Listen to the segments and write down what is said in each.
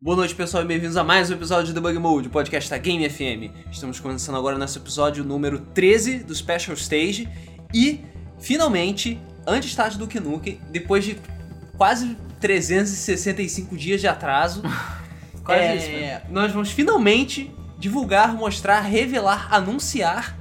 Boa noite, pessoal, e bem-vindos a mais um episódio de Debug Mode, o podcast da Game FM. Estamos começando agora nosso episódio número 13 do Special Stage e, finalmente, antes tarde do que nunca, depois de quase 365 dias de atraso, Quase é, isso, né? nós vamos finalmente divulgar, mostrar, revelar, anunciar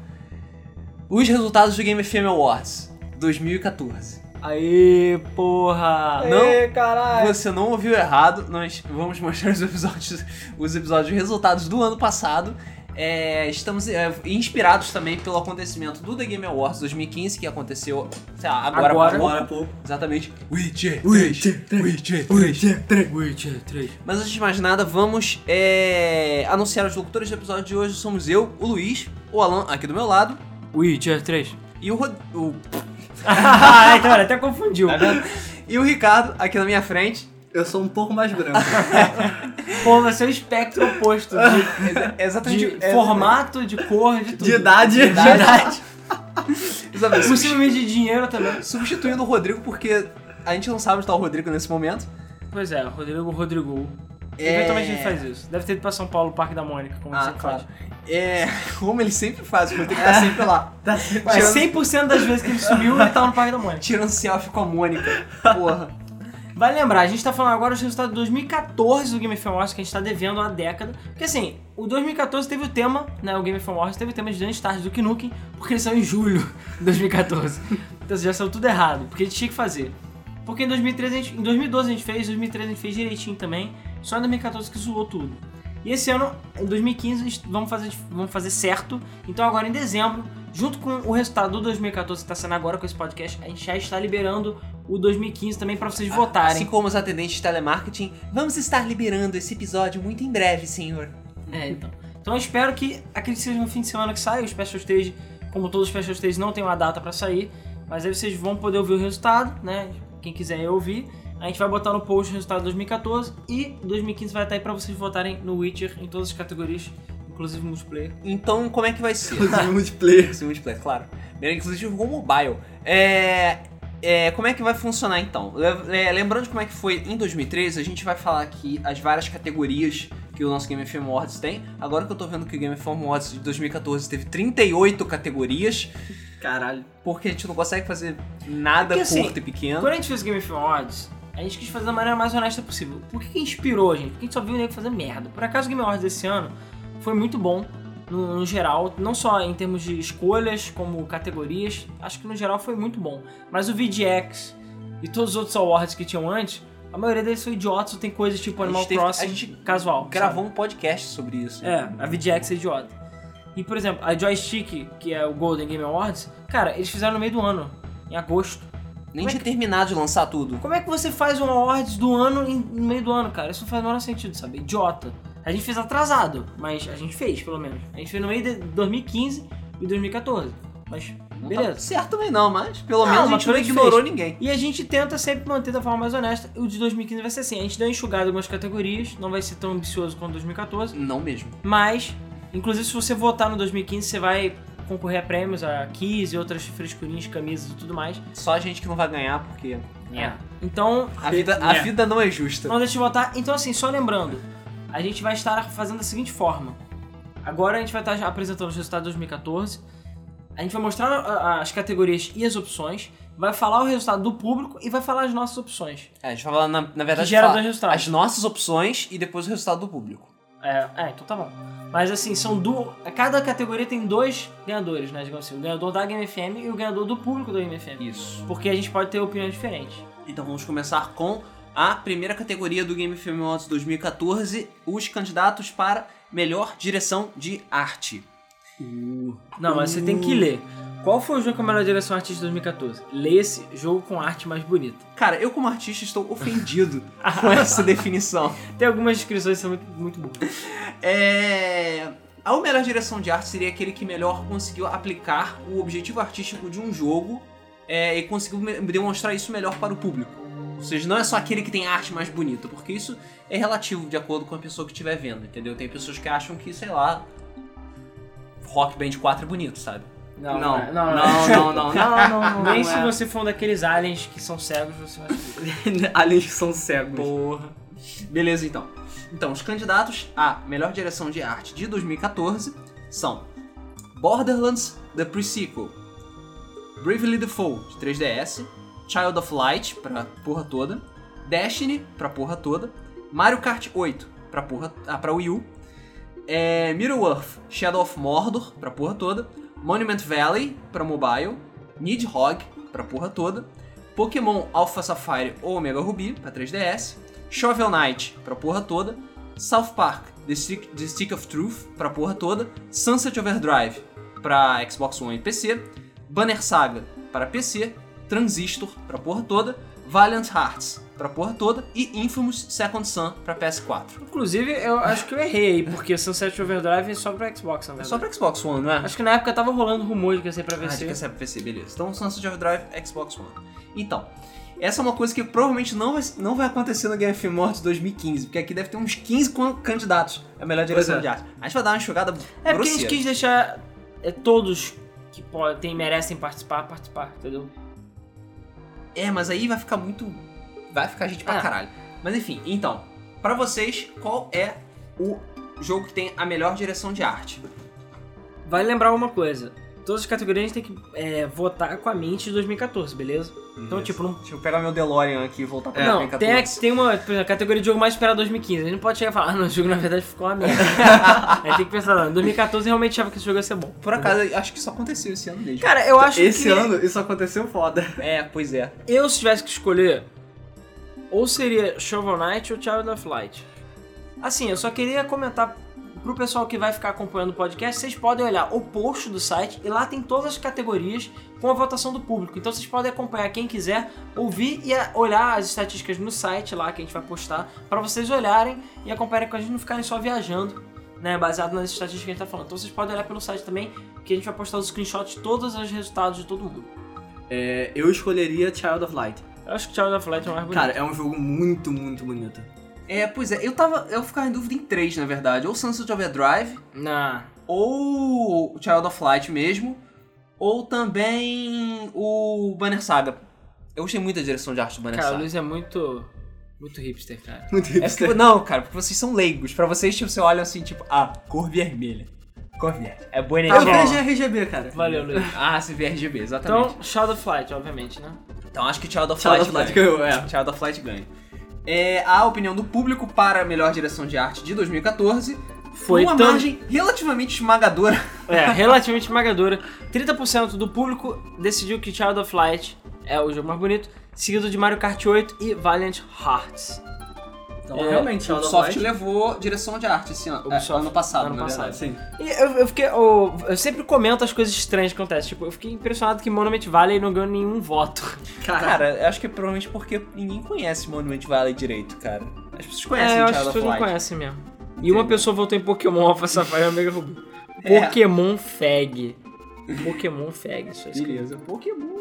os resultados do Game FM Awards 2014. Aí, porra! Não. Ê, caralho! Você não ouviu errado, nós vamos mostrar os episódios, os episódios de resultados do ano passado. É, estamos é, inspirados também pelo acontecimento do The Game Awards 2015, que aconteceu, sei lá, agora, Agora. agora pouco. Exatamente. Witcher Witcher 3, Witcher 3. Witcher 3, Witcher 3. Mas antes de mais nada, vamos é, anunciar os locutores do episódio de hoje. Somos eu, o Luiz, o Alan aqui do meu lado Witcher 3. e o, Rod- o- ah, então, olha, até confundiu. e o Ricardo aqui na minha frente. Eu sou um pouco mais branco. Pô, você é o espectro oposto de, Exa- de É Exatamente. formato, de cor, de tudo. De idade. De idade. Exatamente. Possivelmente de dinheiro também. substituindo o Rodrigo, porque a gente não sabe onde tá o Rodrigo nesse momento. Pois é, Rodrigo Rodrigo. É. Eventualmente ele faz isso. Deve ter ido pra São Paulo, Parque da Mônica, como Ah, você claro. faz. É, como ele sempre faz, o Rodrigo tá sempre lá, Mas 100% das vezes que ele sumiu, ele tava no Parque da Mônica. tirando selfie com a Mônica. Porra. Vale lembrar, a gente tá falando agora dos resultados de 2014 do Game of Awards, que a gente tá devendo uma década. Porque assim, o 2014 teve o tema, né? O Game of Awards teve o tema de Dungeon Stars do Knuckles, porque eles são em julho de 2014. Então assim, já saiu tudo errado, porque a gente tinha que fazer. Porque em 2013 a gente, em 2012 a gente fez, em 2013 a gente fez direitinho também, só em 2014 que zoou tudo. E esse ano, em 2015, a gente- vamos fazer, vamos fazer certo. Então agora em dezembro, junto com o resultado do 2014 que tá saindo agora com esse podcast, a gente já está liberando o 2015 também pra vocês votarem. Assim como os atendentes de telemarketing, vamos estar liberando esse episódio muito em breve, senhor. É, então. Então eu espero que aquele seja no fim de semana que sai, o Special Stage, como todos os Special Stages, não tem uma data pra sair, mas aí vocês vão poder ouvir o resultado, né? Quem quiser ouvir. A gente vai botar no post o resultado de 2014 e 2015 vai estar aí pra vocês votarem no Witcher em todas as categorias, inclusive multiplayer. Então, como é que vai ser? Inclusive multiplayer. Esse multiplayer, claro. Melhor, Inclusive jogou mobile. É, é, como é que vai funcionar então? Le- é, lembrando como é que foi em 2013, a gente vai falar aqui as várias categorias que o nosso Game FM Awards tem. Agora que eu tô vendo que o Game FM Awards de 2014 teve 38 categorias, Caralho. porque a gente não consegue fazer nada Porque, curto assim, e pequeno. Quando a gente fez o Game of Awards, a gente quis fazer da maneira mais honesta possível. Por que, que inspirou a gente? Porque a gente só viu o nego fazer merda. Por acaso o Game Awards desse ano foi muito bom, no, no geral, não só em termos de escolhas, como categorias, acho que no geral foi muito bom. Mas o VGX e todos os outros awards que tinham antes, a maioria deles foi idiotas ou tem coisas tipo A gente Animal teve- Crossing a gente casual. sabe? Gravou um podcast sobre isso. É, a VGX é idiota. E, por exemplo, a Joystick, que é o Golden Game Awards, cara, eles fizeram no meio do ano, em agosto. Nem Como é tinha terminado de lançar tudo. Como é que você faz um awards do ano em- no meio do ano, cara? Isso não faz o menor sentido, sabe? Idiota. A gente fez atrasado, mas a gente fez, pelo menos. A gente fez no meio de 2015 e 2014. Mas, Não tá beleza. certo também não, Ah, mas é pelo Não, menos a mas gente não pelo menos ignorou ninguém. E a gente tenta sempre manter da forma mais honesta. O de 2015 vai ser assim. A gente deu uma enxugada em algumas categorias. Não vai ser tão ambicioso quanto 2014. Não mesmo. Mas, inclusive, se você votar no 2015, você vai concorrer a prêmios, a keys e outras frescurinhas, camisas e tudo mais. Só a gente que não vai ganhar, porque. né, Então, A vida, a É. vida não é justa. Não deixa eu voltar. Então, assim, só lembrando, a gente vai estar fazendo da seguinte forma. Agora a gente vai estar já apresentando os resultados de 2014. A gente vai mostrar a- a- as categorias e as opções. Vai falar o resultado do público e vai falar as nossas opções. É, a gente vai falar, na, na Que verdade, gera fala dois resultados. as nossas opções e depois o resultado do público. É, é, então tá bom. Mas assim, são do. Cada categoria tem dois ganhadores, né? Digamos assim, o ganhador da Game FM e o ganhador do público da Game FM. Isso. Porque a gente pode ter opiniões diferentes. Então vamos começar com a primeira categoria do Game Film Awards 2014, os candidatos para melhor direção de arte. Não, mas você tem que ler. Qual foi o jogo com a melhor direção artista de 2014? Lê esse jogo com arte mais bonita. Cara, eu como artista estou ofendido com essa definição. Tem algumas descrições que são muito, muito boas. É... A melhor direção de arte seria aquele que melhor conseguiu aplicar o objetivo artístico de um jogo é, e conseguiu me- demonstrar isso melhor para o público. Ou seja, não é só aquele que tem a arte mais bonita, porque isso é relativo de acordo com a pessoa que estiver vendo, entendeu? Tem pessoas que acham que, sei lá, Rock Band 4 é bonito, sabe? é. não, não, não, não. Não, não, não. não Nem é. se você for um daqueles aliens que são cegos, você vai saber. Aliens que são cegos. Porra. Beleza, então. Então, os candidatos à melhor direção de arte de 2014 são Borderlands The Pre-Sequel, Bravely Default de 3DS, Child of Light pra porra toda, Destiny pra porra toda, Mario Kart 8 pra, porra, ah, pra Wii U, é, Middle-earth Shadow of Mordor pra porra toda, Monument Valley pra mobile, Nidhogg pra porra toda, Pokémon Alpha Sapphire ou Omega Ruby pra 3DS, Shovel Knight pra porra toda, South Park The Stick, The Stick of Truth pra porra toda, Sunset Overdrive pra Xbox One e PC, Banner Saga pra PC, Transistor pra porra toda, Valiant Hearts pra porra toda e Infamous Second Son pra PS4. Inclusive, eu acho que eu errei aí, porque Sunset Overdrive é só pra Xbox, na É verdade. só pra Xbox One, não é? Acho que na época tava rolando rumor de que ia ser pra Ah, de VC. que essa é PC, beleza. Então, Sunset Overdrive, Xbox One. Então, essa é uma coisa que provavelmente não vai, não vai acontecer no Game of Morte 2015, porque aqui deve ter uns 15 can- candidatos à melhor direção é. de arte. A gente vai dar uma enxugada É porque a gente grosseira. quis deixar é, todos que podem, merecem participar, participar, entendeu? É, mas aí vai ficar muito... Vai ficar gente pra Ah. caralho. Mas enfim, então, pra vocês, qual é o jogo que tem a melhor direção de arte? Vai lembrar uma coisa. Todas as categorias a gente tem que é, votar com a mente de 2014, beleza? Então, Isso. tipo, não... Deixa eu pegar meu DeLorean aqui e voltar É. pra não, 2014. tem, a- tem uma por exemplo, a categoria de jogo mais esperado 2015. A gente não pode chegar e falar, ah, não, o jogo na verdade ficou uma merda. a gente tem que pensar, não, em 2014 eu realmente achava que esse jogo ia ser bom. Por acaso, acho que isso aconteceu esse ano mesmo. Cara, eu acho Esse que ano isso aconteceu foda. É, pois é. eu se tivesse que escolher, ou seria Shovel Knight ou Child of Light. Assim, eu só queria comentar pro pessoal que vai ficar acompanhando o podcast, vocês podem olhar o post do site e lá tem todas as categorias com a votação do público. Então vocês podem acompanhar quem quiser, ouvir e a- olhar as estatísticas no site lá que a gente vai postar pra vocês olharem e acompanharem com a gente não ficarem só viajando, né, baseado nas estatísticas que a gente tá falando. Então vocês podem olhar pelo site também, que a gente vai postar os screenshots de todos os resultados de todo mundo. É, eu escolheria Child of Light. Eu acho que Child of Light é o mais bonito. Cara, é um jogo muito, muito bonito. É, pois é, eu tava. Eu ficava em dúvida em três, na verdade. Ou Sunset Overdrive, Não. ou Child of Light mesmo, ou também o Banner Saga. Eu gostei muito da direção de arte do Banner Cara, o Saga. Luiz é muito. Muito hipster, cara. Muito É hipster. porque, não, cara, porque vocês são leigos. Pra vocês, tipo, você olha assim, tipo, ah, cor vermelha. Cor vermelha. É boa Tá Eu energia. bom. vejo RGB, cara. Valeu, Luiz. Ah, se vê RGB, exatamente. Então, Shadow Flight, obviamente, né? Então, acho que Child of Child Light. of Light ganha. ganhou, é. Child of Light ganha. É, a opinião do público para a melhor direção de arte de 2014 Foi uma tão- margem relativamente esmagadora É, relativamente esmagadora. 30% do público decidiu que Child of Light é o jogo mais bonito, seguido de Mario Kart 8 e Valiant Hearts. Então, É, realmente, o Shadow Ubisoft Light. levou direção de arte esse ano, é, Ubisoft, ano passado, ano na passado. verdade. Sim. E eu, eu fiquei. Eu, eu sempre comento as coisas estranhas que acontecem. Tipo, eu fiquei impressionado que Monument Valley não ganhou nenhum voto. Cara, Cara, eu acho que é provavelmente porque ninguém conhece Monument Valley direito, cara. As pessoas é, conhecem o eu acho que Child of vocês não Light. conhecem mesmo. E Entendeu? uma pessoa votou em Pokémon Alpha Sapphire e Omega Ruby. É. Pokémon Fag. Pokémon Fag, isso é escrito. Beleza, Pokémon.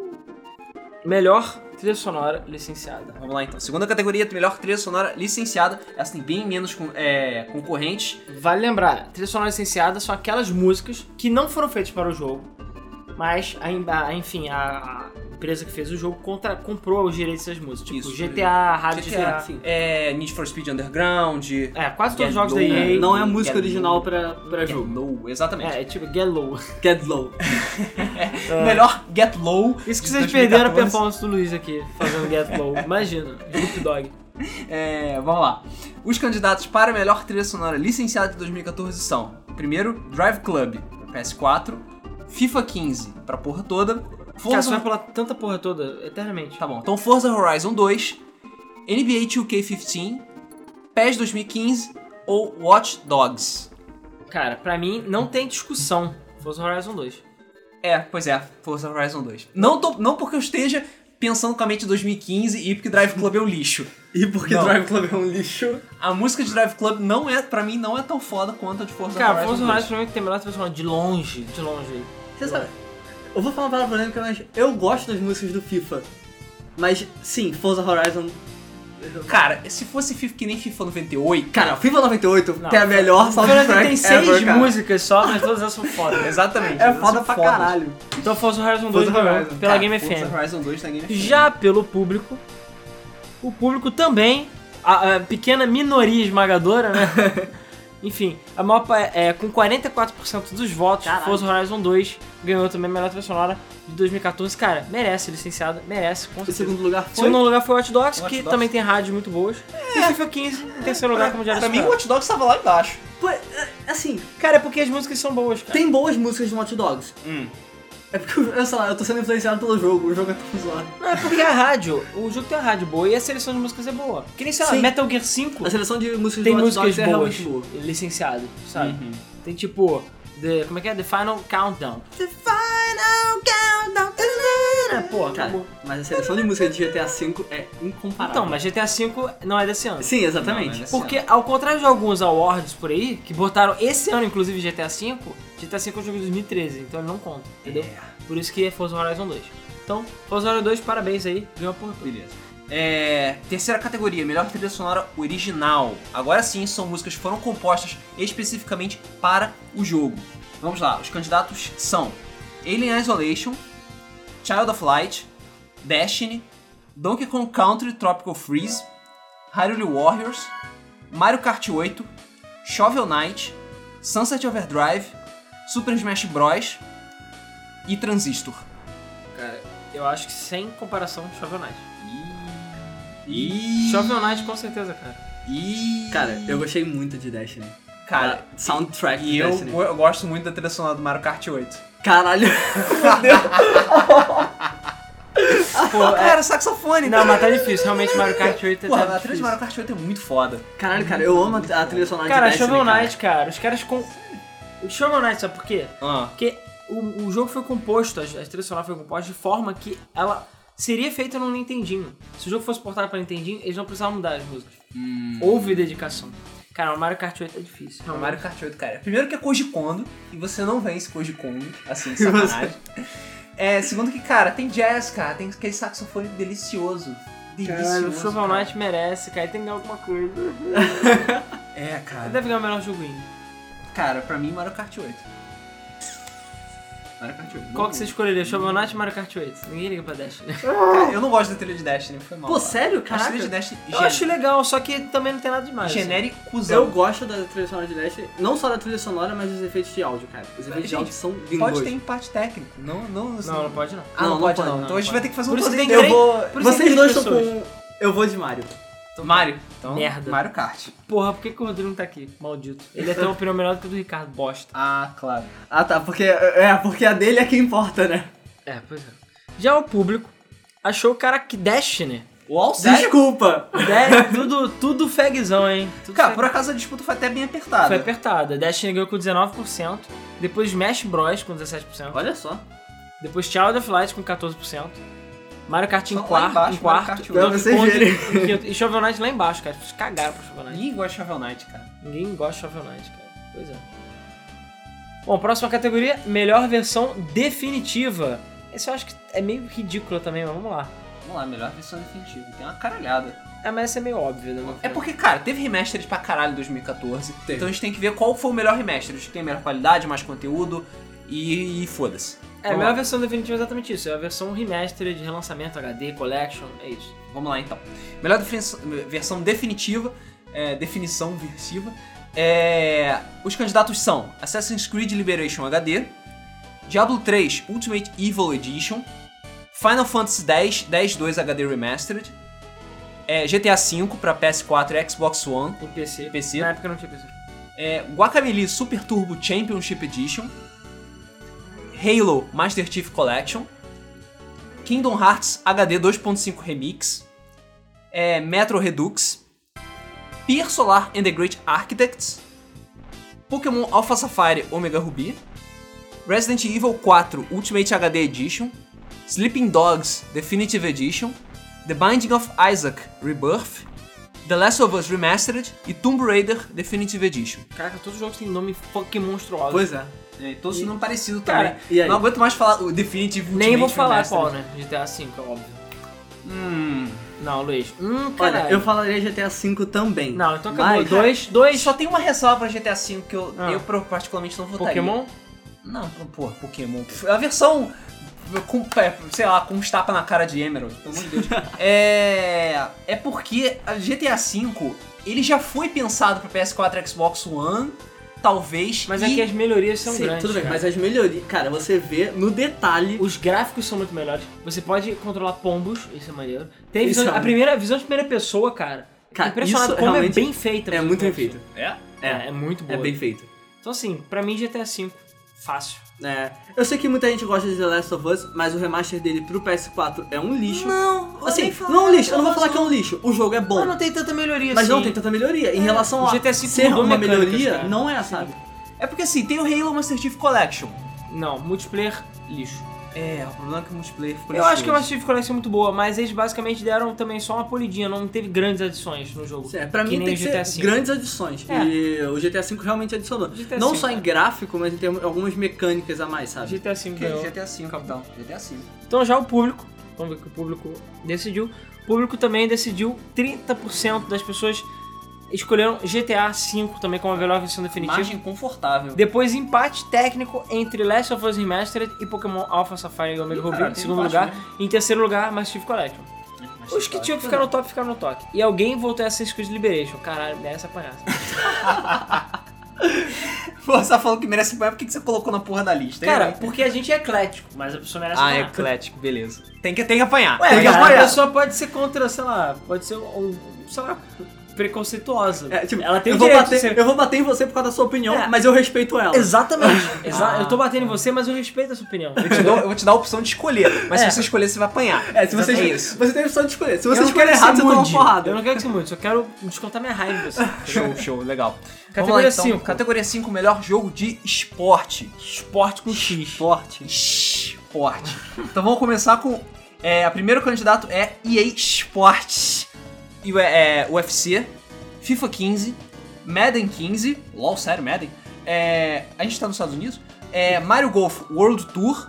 Melhor trilha sonora licenciada. Vamos lá então. Segunda categoria, melhor trilha sonora licenciada. Essa tem bem menos con- é, concorrentes. Vale lembrar, trilha sonora licenciada são aquelas músicas que não foram feitas para o jogo, mas, a em- a- enfim, a, a empresa que fez o jogo contra- comprou os direitos dessas músicas. Tipo, Isso, GTA, Rádio GTA, GTA. sim. É, Need for Speed Underground. É, quase todos os jogos da Get EA. Low. não é música Get original Low. É. pra, pra Get jogo. Low, exatamente. É, é tipo Get Low. Get Low. Melhor Get Low. É. Isso que de vocês perderam a 2014. performance do Luiz aqui, fazendo Get Low. Imagina, Snoop Dogg. É, vamos lá. Os candidatos para a melhor trilha sonora licenciada de 2014 são: primeiro, Drive Club, pra PS4, FIFA 15 pra porra toda, Cara, é você Forza. vai pular tanta porra toda, eternamente. Tá bom, então Forza Horizon 2, NBA 2K15, PES 2015 ou Watch Dogs. Cara, pra mim, não tem discussão. Forza Horizon 2. É, pois é, Forza Horizon 2. Não, tô- não porque eu esteja pensando com a mente 2015 e porque Drive Club é um lixo. E porque Não. Drive Club é um lixo. A música de Drive Club não é, pra mim, não é tão foda quanto a de Forza Cara, Horizon Forza 2. Horizon pra mim tem a melhor trilha sonora de longe, de longe. Você sabe, eu vou falar uma palavra polêmica, mas eu gosto das músicas do FIFA. Mas sim, Forza Horizon. Cara, se fosse FIFA que nem FIFA 98, Cara, FIFA 98 Não, tem a melhor soundtrack tem seis ever, cara. músicas só, mas todas elas são fodas. Exatamente. É elas foda são pra fodas. caralho. Então Forza Horizon 2 Forza ganhou Horizon. pela Cara, Game Forza FM. Horizon 2 na Game FM. Já pelo público, o público também a, a pequena minoria esmagadora, né? Enfim, a maior, pa- é, com 44% dos votos, Caralho. Forza Horizon 2 ganhou também a melhor trilha sonora de 2014. Cara, merece, licenciado, merece, com O certeza. segundo lugar foi. Segundo lugar foi o Hot Dogs, É. Hot que Dogs. também tem rádios muito boas. E FIFA 15, em terceiro lugar, como já era Pra mim, o esperado. Watch Dogs tava lá embaixo. Pô, é- Assim, Cara, é porque as músicas são boas, cara. tem boas músicas de Hot Dogs. Hum. É porque, eu sei lá, eu tô sendo influenciado pelo jogo, o jogo é tão zoado. Não, é porque a rádio, o jogo tem a rádio boa e a seleção de músicas é boa. Que nem, sei lá, Sim. Metal Gear 5 A seleção de músicas tem de Hot músicas Dogs é boas, realmente boa. licenciado, sabe? Uhum. Tem tipo, The, como é que é? The Final Countdown. The Final Countdown. Pô, Cara, acabou. mas a seleção de música de GTA V é incomparável. Então, mas GTA V não é desse ano. Sim, exatamente. Não, mas- Porque, ao contrário de alguns awards por aí, que botaram esse ano, inclusive, GTA V, GTA V é um jogo de 2013, então ele não conta, entendeu? Por isso que é Forza Horizon 2. Então, Forza Horizon 2, parabéns aí, ganhou por tudo. Beleza. É, terceira categoria, melhor trilha sonora original. Agora sim, são músicas que foram compostas especificamente para o jogo. Vamos lá, os candidatos são Alien Isolation, Child of Light, Destiny, Donkey Kong Country Tropical Freeze, Hyrule Warriors, Mario Kart 8, Shovel Knight, Sunset Overdrive, Super Smash Bros. e Transistor. Cara, eu acho que sem comparação, Shovel Knight. E... Shovel Knight com certeza, cara. E... Cara, eu gostei muito de Destiny. Cara, Da soundtrack e de eu, Destiny. eu gosto muito da trilha sonora do Mario Kart 8. Caralho. Pô, é... Cara, saxofone! Não, mas tá difícil, realmente Mario Kart 8 Porra, tá a trilha de difícil. Mario Kart 8 é muito foda. Caralho, cara, eu amo a a trilha sonora Cara, de Destiny. Shovel cara. Knight, cara, os caras com... O Shovel Knight, sabe por quê? Ah, Porque o, o jogo foi composto, a, a trilha sonora foi composta de forma que ela seria feita no Nintendinho. Se o jogo fosse portado pra Nintendinho, eles não precisavam mudar as músicas. Houve dedicação. Cara, o Mario Kart 8 é difícil. não, Mario Kart 8, cara. Primeiro que é Koji Kondo, e você não vence Koji Kondo, assim, sacanagem. É, segundo que, cara, tem jazz, cara, tem aquele saxofone delicioso. Caralho, o Delicioso, Shovel cara. Knight merece, é cara. Ele tem que ganhar alguma coisa. Ele É, cara. deve ganhar o melhor jogo indie. Cara, pra mim, Mario Kart 8. Mario Kart 8. Qual que você escolheria? Shovel Knight ou Mario Kart 8? Ninguém liga pra Destiny. Cara, eu não gosto da trilha de Destiny, foi mal. Pô, cara. sério? A Caraca. trilha de Destiny... Eu acho legal, só que também não tem nada demais. assim. Genéricozão. Eu gosto da trilha sonora de Destiny. Não só da trilha sonora, mas dos efeitos de áudio, cara. Os efeitos Gente, de áudio são lindos. Pode ter empate técnico. Não, não, assim- Não, não pode não. Ah, não, Não, pode, não pode, não. não, Então a gente não vai ter que fazer um Por isso torneio. tem Eu três- vou... por isso tem Vocês três dois estão pessoas. com... Eu vou de Mario. Então, Mario. Então, Merda. Mario Kart. Porra, por que, que o Rodrigo não tá aqui? Maldito. Ele ia ter uma opinião melhor do que a do Ricardo, bosta. Ah, claro. Ah, tá. Porque... É, porque a dele é que importa, né? É, pois é. Já o público achou, cara, que Destiny. Uau, Desculpa. De- tudo, tudo fegzão, hein? Tudo Cara, feg- por acaso a disputa foi até bem apertada. foi apertada. Destiny ganhou com 19%. Depois Smash Bros com 17%. Olha só. Depois Child of Light com 14%. Mario Kart em Só lá quarto. embaixo, em Mario quarto Kart Pra Donkey vocês Kong verem. em quinto. E Shovel Knight lá embaixo, cara. As pessoas cagaram pro Shovel Knight. Ninguém gosta de Shovel Knight, cara. Ninguém gosta de Shovel Knight, cara. Pois é. Bom, próxima categoria, melhor versão definitiva. Esse eu acho que é meio ridícula também, mas vamos lá. Vamos lá, melhor versão definitiva. Tem uma caralhada. É, mas essa é meio óbvia, né? É porque, cara, teve remasters pra caralho em 2014. Então a gente tem que ver qual foi o melhor remaster. Os que tem melhor qualidade, mais conteúdo e, e foda-se. É, a melhor versão definitiva é exatamente isso. É a versão remastered, de relançamento, HD, collection, é isso. Vamos lá então. Melhor definição- versão definitiva, é, definição versiva. é, os candidatos são Assassin's Creed Liberation HD, Diablo 3 Ultimate Evil Edition, Final Fantasy X 10.2 HD Remastered, é, GTA V para PS4 e Xbox One, Em PC. PC. Na época não tinha PC. é, Guacamelee Super Turbo Championship Edition, Halo Master Chief Collection, Kingdom Hearts HD 2.5 Remix, é, Metro Redux, Pier Solar and the Great Architects, Pokémon Alpha Sapphire Omega Ruby, Resident Evil 4 Ultimate HD Edition, Sleeping Dogs Definitive Edition, The Binding of Isaac Rebirth, The Last of Us Remastered e Tomb Raider Definitive Edition. Caraca, todos os jogos têm nome fucking monstruoso. Pois é. É, todos não parecido Cara, também. e aí? Não aguento mais falar o Definitive Nem Ultimate vou falar Remastered. qual, né? GTA V, é óbvio. Hum. Não, Luiz. Hum, Olha, caralho. eu falaria GTA V também. Não, então acabou. Mas- Dois, E dois só tá tem uma ressalva pra GTA V que eu, Ah. eu particularmente não votaria. Pokémon. Não, pô, Pokémon. Pff, A versão com, é, sei lá, com uns tapas na cara de Emerald, pelo amor de Deus. é, é porque a GTA V, ele já foi pensado pro PS4 Xbox One, talvez. Mas e, é que as melhorias são Sim, grandes. tudo bem, cara. mas as melhorias. Cara, você vê no detalhe. Os gráficos são muito melhores. Você pode controlar pombos, isso é maneiro. Tem a visão, Isso é a primeira, a visão de primeira pessoa, cara. Cara, impressionado isso como é realmente bem feita. a É visão muito de primeira bem feito. É? pessoa. É, é muito boa. É bem feito. Então assim, pra mim GTA V, fácil. É. Eu sei que muita gente gosta de The Last of Us, mas o remaster dele pro PS4 é um lixo. Não, assim, não é um lixo, eu não vou falar que é um lixo. O jogo é bom. Mas não tem tanta melhoria Mas assim. não tem tanta melhoria. Em relação o a GTA V ser mudou uma mecânicas, melhoria, cara. não é, sabe? É porque assim, tem o Halo Master Chief Collection. Não, multiplayer, lixo. É, o problema é que o multiplayer ficou Eu acho que a lixoso. Master Chief Collection é muito boa, mas eles basicamente deram também só uma polidinha, não teve grandes adições no jogo. É, pra Que mim nem tem o que GTA ser V. grandes adições. É. E o GTA V realmente adicionou. GTA não V, só é. em gráfico, mas em termos, algumas mecânicas a mais, sabe? GTA V ganhou. GTA V, capitão. GTA V. Então já o público, vamos ver o que o público decidiu. O público também decidiu, 30% das pessoas escolheram GTA V também como a melhor versão definitiva. Margem confortável. Depois empate técnico entre Last of Us Remastered e Pokémon Alpha Sapphire e Omega Ih, Ruby cara, em tem segundo empate né? lugar. mesmo. Em terceiro lugar, Master Chief Collection. Os que tinham que ficar no top ficaram no top. E alguém voltou a Assassin's Creed Liberation. Caralho, dessa palhaça. Você falou que merece banho, por que que você colocou na porra da lista? hein? Cara, porque a gente é eclético, é mas a pessoa merece Ah, apanhar. eclético, beleza. Tem que, tem que apanhar. Ué, tem que cara, apanhar. a pessoa pode ser contra, sei lá, pode ser um, um, sei lá, preconceituosa. É, tipo, ela tem eu, o vou direito bater, de ser... eu vou bater em você por causa da sua opinião, É. mas eu respeito ela. Exatamente. Exa- Ah. eu tô batendo em você, mas eu respeito a sua opinião. Eu, te dou, eu vou te dar a opção de escolher, mas É. se você escolher, você vai apanhar. É, se você, é isso. você tem a opção de escolher. Se você Eu não quero escolher que errado, você você toma uma mude. porrada. Eu não quero que você mude, só quero descontar minha raiva em você. Show, show, legal. Categoria Vamos lá, então. 5. Categoria 5, melhor jogo de esporte. Esporte com X. Forte. Esporte. Então vamos começar com. É, a primeiro candidato é EA Sports. E o- é, UFC, FIFA 15, Madden 15. LOL, sério, Madden. É, a gente tá nos Estados Unidos. É, Mario Golf World Tour,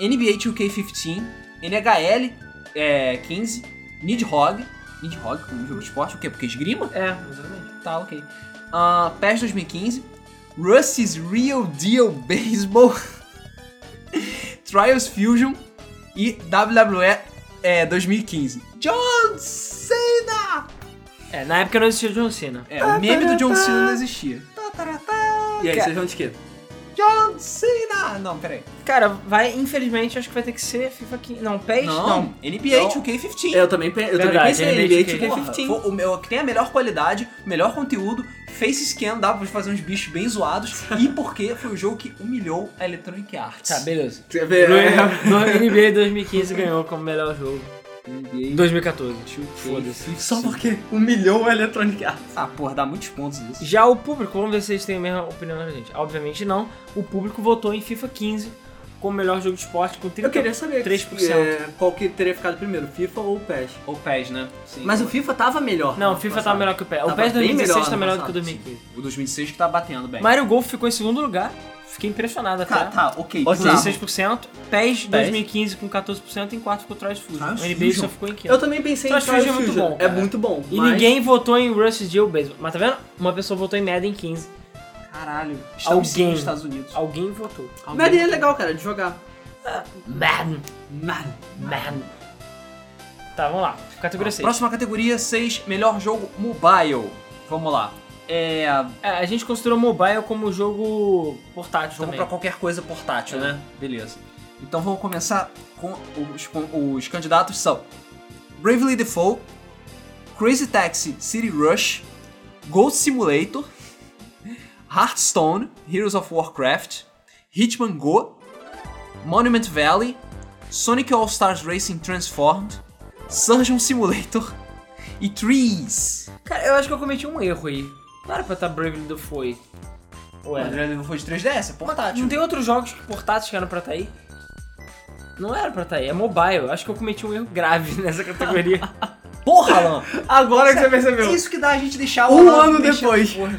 NBA 2K15, NHL é, 15, Nidhogg. Nidhogg, como jogo de esporte, o quê? Porque esgrima? É, exatamente. Tá, ok. Ah, PES 2015. Rusty's Real Deal Baseball. Trials Fusion. E WWE é, 2015. John Cena! É, na época não existia John Cena. É, o meme do John Cena não existia. E aí, Cara- vocês vão de quê? John Cena! Não, peraí. Cara, vai, infelizmente, acho que vai ter que ser FIFA 15. Não, PES? Não, NBA 2K15. Eu também, pe- eu também Verdade, pensei NBA em NBA 2K. Porra, 2K15. foi o meu, que tem a melhor qualidade, o melhor conteúdo, face scan, dá pra fazer uns bichos bem zoados, e porque foi o jogo que humilhou a Electronic Arts. Tá, beleza. Quer ver? No, no NBA 2015 ganhou como melhor jogo. 2014. Foda-se. Só porque um é humilhou o Electronic Arts. Ah, porra, dá muitos pontos isso. Já o público, vamos ver se eles têm a mesma opinião da gente. Obviamente não. O público votou em FIFA 15 como melhor jogo de esporte com 30%. Eu queria saber 3%. é, qual que teria ficado primeiro, FIFA ou PES. Ou PES, né? Sim. Mas o FIFA tava melhor. Não, o FIFA tá Passado. melhor que o PES. O Tava PES bem 2016 melhor tá ano melhor do que o passado, 2015. o 2006 que tá batendo bem. Mario Golf ficou em segundo lugar. Fiquei impressionado até. Tá, tá, ok. Com Ok. Tá. 16%, PES 2015 com 14% em quarto ficou o Trials Fusion. Trials o NBA só Fusion. ficou em quinto. Tá, Eu também pensei Trials em Trials Fusion é muito Fusion. bom, É cara. muito bom. E mas- ninguém votou em Russ Deal Baseball. Mas tá vendo? Uma pessoa votou em Madden 15. Caralho. Alguém. Estamos sim nos Estados Unidos. Alguém votou. Madden é legal, cara, de jogar. Madden. Madden. Madden. Tá, vamos lá. Categoria 6. Próxima categoria 6, melhor jogo mobile. Vamos lá. É. É, a gente considerou mobile como jogo portátil Jogo também. pra qualquer coisa portátil, É. né? Beleza. Então vamos começar com os, com os candidatos são Bravely Default, Crazy Taxi City Rush, Gold Simulator, Hearthstone, Heroes of Warcraft, Hitman Go, Monument Valley, Sonic All Stars Racing Transformed, Surgeon Simulator e Trees. Cara, eu acho que eu cometi um erro aí. Não era pra estar Bravely do Foi. Ué. Bravely Default de 3DS, é Não tem outros jogos portáteis que eram pra estar aí? Não era pra estar aí, é mobile. Eu Acho que eu cometi um erro grave nessa categoria. Porra, Alan! Agora que você É percebeu. isso que dá a gente deixar Um Alan ano deixar- depois. Porra.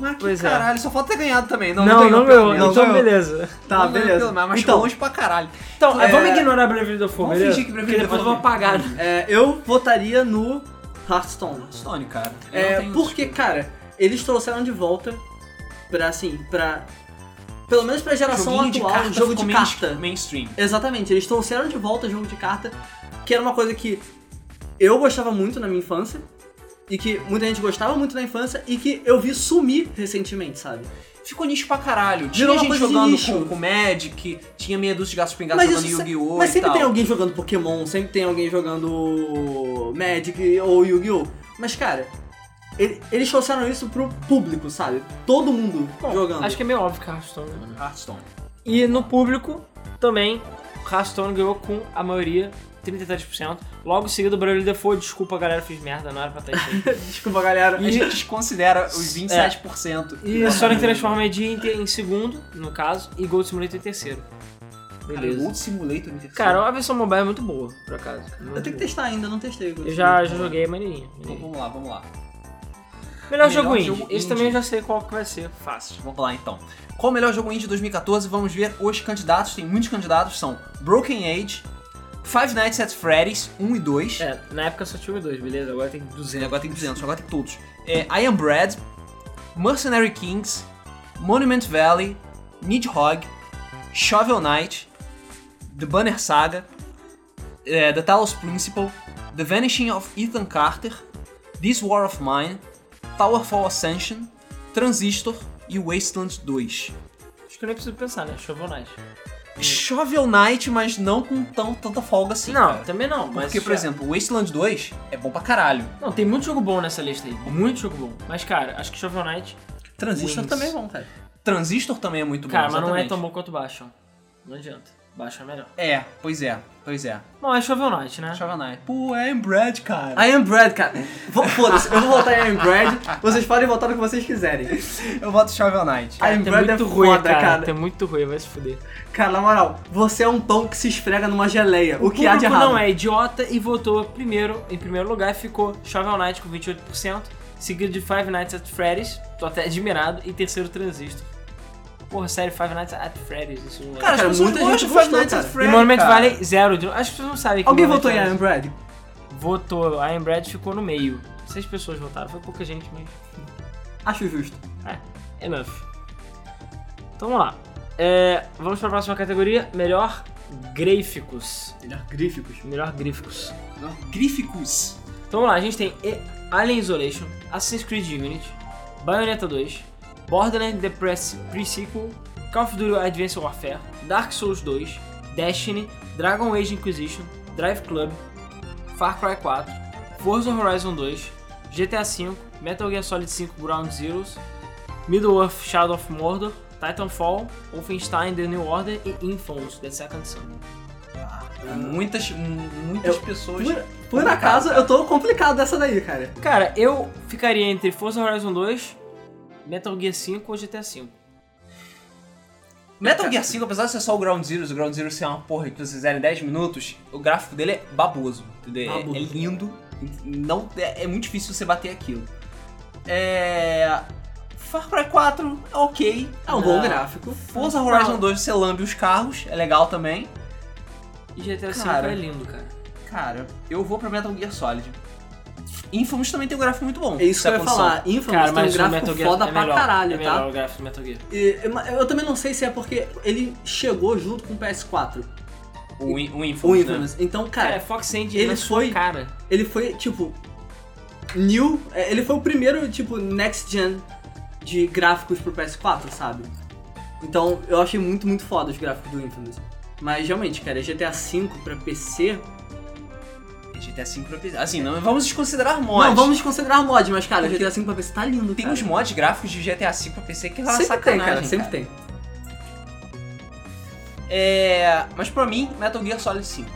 Mas que Pois é. caralho, só falta ter ganhado também. Não, não, ganhou, não, pelo meu. menos. Então, Não ganhou. beleza. Tá, Não ganhou, beleza. pelo menos, Mas Então, ficou longe pra caralho. Então, É. vamos ignorar Bravely do Fogo, Vamos beleza? fingir que Bravely Porque depois eu vou Default- apagar. é, eu votaria no Hearthstone. Stone, cara. É, porque, cara, eles trouxeram de volta pra, assim, pra Pelo menos pra geração Joguinho de atual, carta jogo ficou de main- carta. mainstream. Exatamente, eles trouxeram de volta o jogo de carta, que era uma coisa que eu gostava muito na minha infância, e que muita gente gostava muito na infância, e que eu vi sumir recentemente, sabe? Ficou nicho pra caralho. Tinha Virou uma gente coisa de jogando nicho. com, com Magic, tinha meia dúzia de gatos pingados Mas, jogando isso se- Yu-Gi-Oh! mas e sempre tal. tem alguém jogando Pokémon, sempre tem alguém jogando Magic ou Yu-Gi-Oh! Mas, cara, ele- eles trouxeram isso pro público, sabe? Todo mundo Bom, jogando. Acho que é meio óbvio que é Hearthstone. né? Hearthstone. E no público também, Hearthstone ganhou com a maioria, 33%. Logo em seguida, o Bravely Default. Desculpa, galera, fiz merda, não era pra estar isso. aí. Desculpa, galera. E- A gente desconsidera os 27%. E Sonic Transform ID é em, em segundo, no caso, e Gold Simulator em terceiro. Cara, Beleza. Gold Simulator em terceiro. Cara, a versão mobile é muito boa, por acaso. Muito Eu tenho que boa. testar ainda, não testei. Eu já, já joguei, maneirinha. Então, maneirinha. vamos lá, vamos lá. Uhum. Melhor, Melhor jogo indie. jogo Esse indie. também eu já sei qual que vai ser. Fácil. Vamos lá então. Qual o melhor jogo indie de 2014? Vamos ver os candidatos. Tem muitos candidatos. São Broken Age, Five Nights at Freddy's 1 e 2. É, na época só tive dois, beleza? Agora tem 200. Agora tem 200, agora tem todos. É, I Am Bread, Mercenary Kings, Monument Valley, Nidhogg, Shovel Knight, The Banner Saga, é, The Talos Principle, The Vanishing of Ethan Carter, This War of Mine, Towerfall Ascension, Transistor e Wasteland 2. Acho que eu nem preciso pensar, né? Shovel Knight. Shovel Knight, mas não com tão, tanta folga assim. não, cara. também não. mas Porque, por já- exemplo, Wasteland 2 é bom pra caralho. Não, tem muito jogo bom nessa lista aí. Muito jogo bom. Mas, cara, acho que Shovel Knight. Transistor Wings. também é bom, cara. Transistor também é muito cara, bom. mas não é exatamente. tão bom quanto Bastion. Não adianta. Bastion é melhor. É, pois é, pois é. Bom, é Shovel Knight, né? Shovel Knight. Pô, é Embred, cara. I am Brad, cara. Vou- Foda-se, eu vou votar em I am Brad. Vocês podem votar no que vocês quiserem. Eu voto Shovel Knight. I am Brad é foda, cara. Tem muito ruim, vai se fuder. Cara, na moral, você é um pão que se esfrega numa geleia. O, que há de público errado? não é idiota e votou primeiro, em primeiro lugar ficou Shovel Knight com 28%, seguido de Five Nights at Freddy's, tô até admirado, e terceiro Transistor. Porra, sério, Five Nights at Freddy's, isso não é. Cara, muita gente gostou, cara. e Monument Valley, zero. de novo. Acho que vocês é. não sabem que Alguém Monument votou em I Valley- am Brad? Votou, a Brad ficou no meio. Seis pessoas votaram, foi pouca gente, mas... Acho justo. É, enough. Então vamos lá. É, vamos para a próxima categoria, melhor gráficos. Melhor gríficos. Melhor gráficos. Gríficos. Então vamos lá, a gente tem E- Alien Isolation, Assassin's Creed Unity, Bayonetta 2, Borderlands The Press Pre-Sequel, Call of Duty Advanced Warfare, Dark Souls 2, Destiny, Dragon Age Inquisition, Drive Club, Far Cry 4, Forza Horizon 2, GTA V, Metal Gear Solid 5 Ground Zeroes, Middle-earth Shadow of Mordor, Titanfall, Wolfenstein The New Order e Infamous The Second Son. Muitas, mu- muitas Eu- pessoas. Por, por acaso, eu tô complicado dessa daí, cara. Cara, eu ficaria entre Forza Horizon 2, Metal Gear 5 ou GTA 5. Metal Gear 5, é apesar de ser só o Ground Zero, o Ground Zero ser uma porra que vocês fizerem em 10 minutos, o gráfico dele é baboso. Entendeu? É- Baboso. É, lindo. Não, é, é muito difícil você bater aquilo. É. Far Cry 4 é ok. É um bom Não. gráfico. Forza Horizon Não. 2 você lambe os carros, é legal também. E GTA 5 Cara. é lindo, cara. Cara, eu vou pra Metal Gear Solid. Infamous também tem um gráfico muito bom. É isso que eu é ia falar. Infamous Cara, tem um mas o gráfico Metal Gear foda é pra melhor, caralho, é melhor tá? o gráfico do Metal Gear. E- eu eu também não sei se é porque ele chegou junto com o PS4, O, In- o o Infamous. é. né? Infamous. Então, Cara, cara, Fox Engine ele na sua foi- cara. ele foi, tipo, new... é, Ele foi o primeiro, tipo, next gen de gráficos pro PS4, sabe? Então, eu achei muito, muito foda os gráficos do Infamous. Mas, realmente, cara, GTA V pra PC... GTA V pra PC. Assim, não vamos desconsiderar mods. Não, vamos considerar mod, mas, cara, GTA V pra PC tá lindo, Tem cara. uns mods gráficos de GTA V pra PC que é uma Sempre tem, sacanagem. cara, sempre tem. É... Mas pra mim, Metal Gear Solid 5.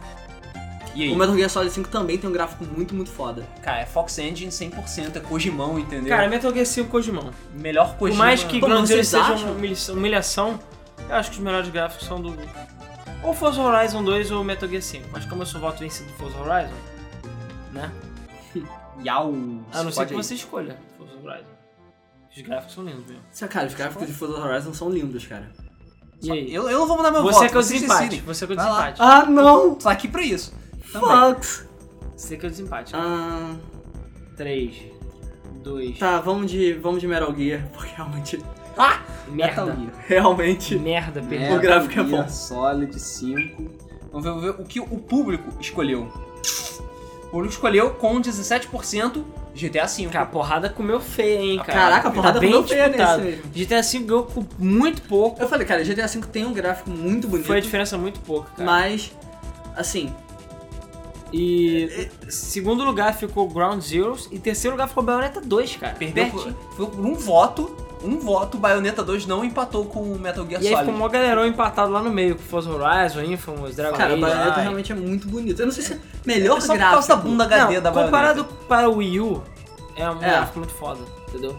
E aí? O Metal Gear Solid 5 também tem um gráfico muito, muito foda. Cara, é Fox Engine 100%, é Kojimão, entendeu? Cara, Metal Gear 5 Kojimão. Melhor Por Kojima. mais que Pô, Ground Zero vocês seja acham? uma humilha- humilhação, eu acho que os melhores gráficos são do... Ou Forza Horizon 2 ou Metal Gear 5. Mas como eu sou voto vencido do Forza Horizon, né? Yau. A não se ser pode que aí. você escolha Forza Horizon. Os gráficos são lindos mesmo. Cara, os gráficos de Forza Horizon são lindos, cara. E aí? Eu, eu não vou mudar meu Você voto. é que é o Então. vocês desempate. decidem. Você é que é o Vai lá. desempate. Ah, não! Tô aqui pra isso. Também. Fox! Você que é o desempate. Ah, 3, 2. tá, vamos de, vamos de Metal Gear, porque realmente... Ah! Merda. Metal Gear. Realmente. Merda, Pedro. O gráfico é Metal Gear bom. Solid 5. Vamos ver, vamos ver o que o público escolheu. O público escolheu com 17% GTA V. Cara, a porrada comeu feia, hein, cara. Tá Caraca, a porrada bem comeu feia disputado. nesse mesmo. GTA V assim, ganhou com muito pouco. Eu falei, cara, GTA V tem um gráfico muito bonito, Foi a diferença muito pouca, cara. mas, assim, E segundo lugar ficou Ground Zeroes e terceiro lugar ficou Bayonetta 2, cara. Perdeu por, Pertinho. foi por um voto. Um voto, Bayonetta 2 não empatou com o Metal Gear E aí Solid. ficou mó galerão empatado lá no meio, com Forza Horizon, Infamous, Dragon cara, a Age. Bayonetta ai. realmente um é muito bonito. Eu não sei se é melhor É só por gráfico. causa da bunda HD Não, da Bayonetta. comparado para o Wii U, é um É. gráfico muito foda, entendeu?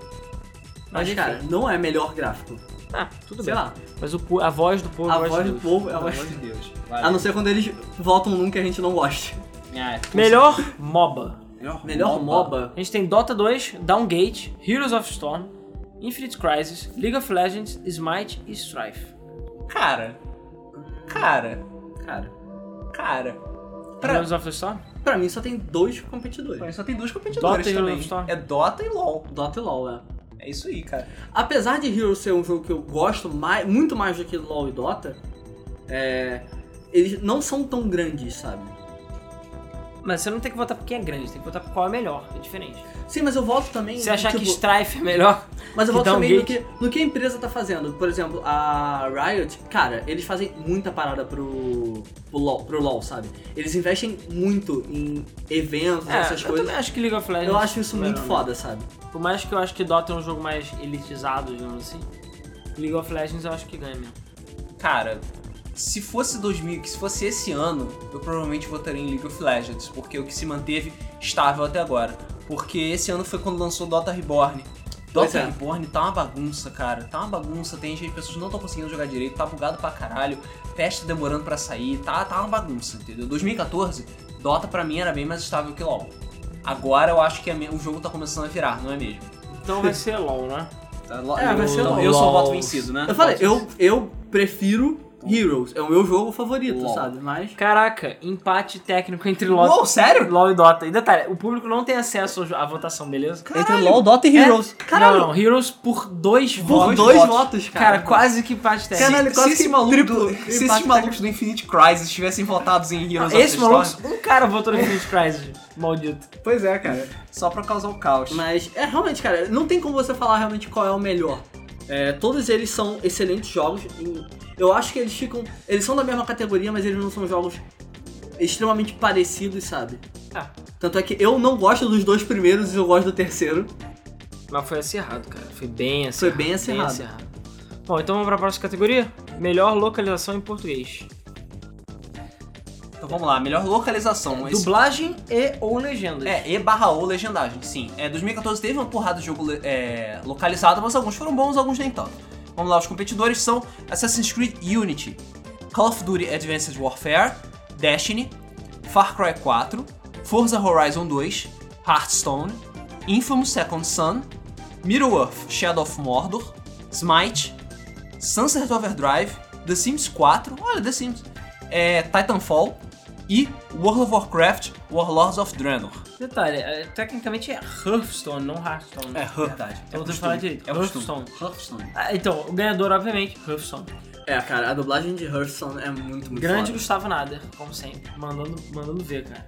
Mas, enfim. cara, não é melhor gráfico. ah, tudo Sei bem. lá, Mas o, pu- a voz do povo a eu gosto voz do muito. povo é a Pelo voz... amor de Deus. A é, não ser quando eles votam num que a gente não gosta. Melhor MOBA. Melhor MOBA? A gente tem Dota 2, Downgate, Heroes of Storm, Infinite Crisis, League of Legends, Smite e Strife. Cara. Cara. Cara, Cara. Pra, Heroes of Storm? pra mim só tem dois competidores. pra mim só tem duas competidoras Dota e também. Heroes of Storm. É Dota e LoL. Dota e LoL, é. É isso aí, cara. Apesar de Hero ser um jogo que eu gosto mais, muito mais do que LoL e Dota, é, eles não são tão grandes, sabe? Mas você não tem que votar por quem é grande, tem que votar por qual é melhor, é diferente. Sim, mas eu voto também. Você achar tipo, que Strife é melhor? Mas eu que voto dá um também no gate? que, no que a empresa tá fazendo. Por exemplo, a Riot, cara, eles fazem muita parada pro, pro, LoL, pro LoL, sabe? Eles investem muito em eventos, É, essas eu coisas. também acho né? que League of Legends. Eu acho isso muito Não, foda, sabe? Por mais que eu acho que Dota é um jogo mais elitizado, digamos assim. League of Legends eu acho que ganha mesmo. Cara, se fosse 2000, que se fosse esse ano, eu provavelmente votaria em League of Legends, porque é o que se manteve estável até agora. Porque esse ano foi quando lançou Dota Reborn. Pois Dota é. Reborn tá uma bagunça, cara. Tá uma bagunça, tem gente, pessoas que não estão conseguindo jogar direito, tá bugado pra caralho, patch tá demorando pra sair, tá, tá uma bagunça, entendeu? 2014, Dota pra mim era bem mais estável que LoL. Agora eu acho que a me- o jogo tá começando a virar, não é mesmo? Então vai ser LOL, né? Tá, lo- É, vai ser então LoL. Eu sou o voto LoL. vencido, né? Eu falei, Voto eu, eu prefiro Heroes. É o meu jogo favorito, LoL. sabe? Mas. Caraca, empate técnico entre LOL, Uou, sério? LOL e Dota. E detalhe, o público não tem acesso ao jo- à votação, beleza? Caralho. Dota e Heroes. É, Caralho, Não, não, Heroes por dois por votos. dois dois votos. votos, Cara, cara. quase que empate Se, técnico. Caralho, se quase esse que maluco triplo do, empate se esses malucos do Infinite Crisis estivessem votados em Heroes of Esse the Storm, maluco, um cara votou no Infinite Crisis, maldito. Pois é, cara. só pra causar o caos. Mas é realmente, cara, não tem como você falar realmente qual é o melhor. É, todos eles são excelentes jogos. e eu acho que eles ficam. Eles são da mesma categoria, mas eles não são jogos extremamente parecidos, sabe? Ah, Tanto é que eu não gosto dos dois primeiros e eu gosto do terceiro. mas foi acirrado, cara. Foi bem acirrado. Foi bem acirrado. Bom, então vamos pra próxima categoria? Melhor localização em português. Então vamos lá, melhor localização. Esse- Dublagem e ou legendas. É, E barra O legendagem, sim. É, 2014 teve uma porrada de jogo le- é, localizado, mas alguns foram bons, alguns nem tanto. Vamos lá, os competidores são Assassin's Creed Unity, Call of Duty Advanced Warfare, Destiny, Far Cry 4, Forza Horizon 2, Hearthstone, Infamous Second Son, Middle-earth Shadow of Mordor, Smite, Sunset Overdrive, The Sims 4, olha, The Sims, é, Titanfall e World of Warcraft Warlords of Draenor. Detalhe, é, tecnicamente é Hearthstone, não Hearthstone. né? É verdade. Então você falar direito. É costume. Hearthstone. Ah, então, o ganhador, obviamente, Hearthstone. É, cara, a dublagem de Hearthstone é muito, muito Grande foda. Gustavo Nader, como sempre. Mandando, mandando ver, cara.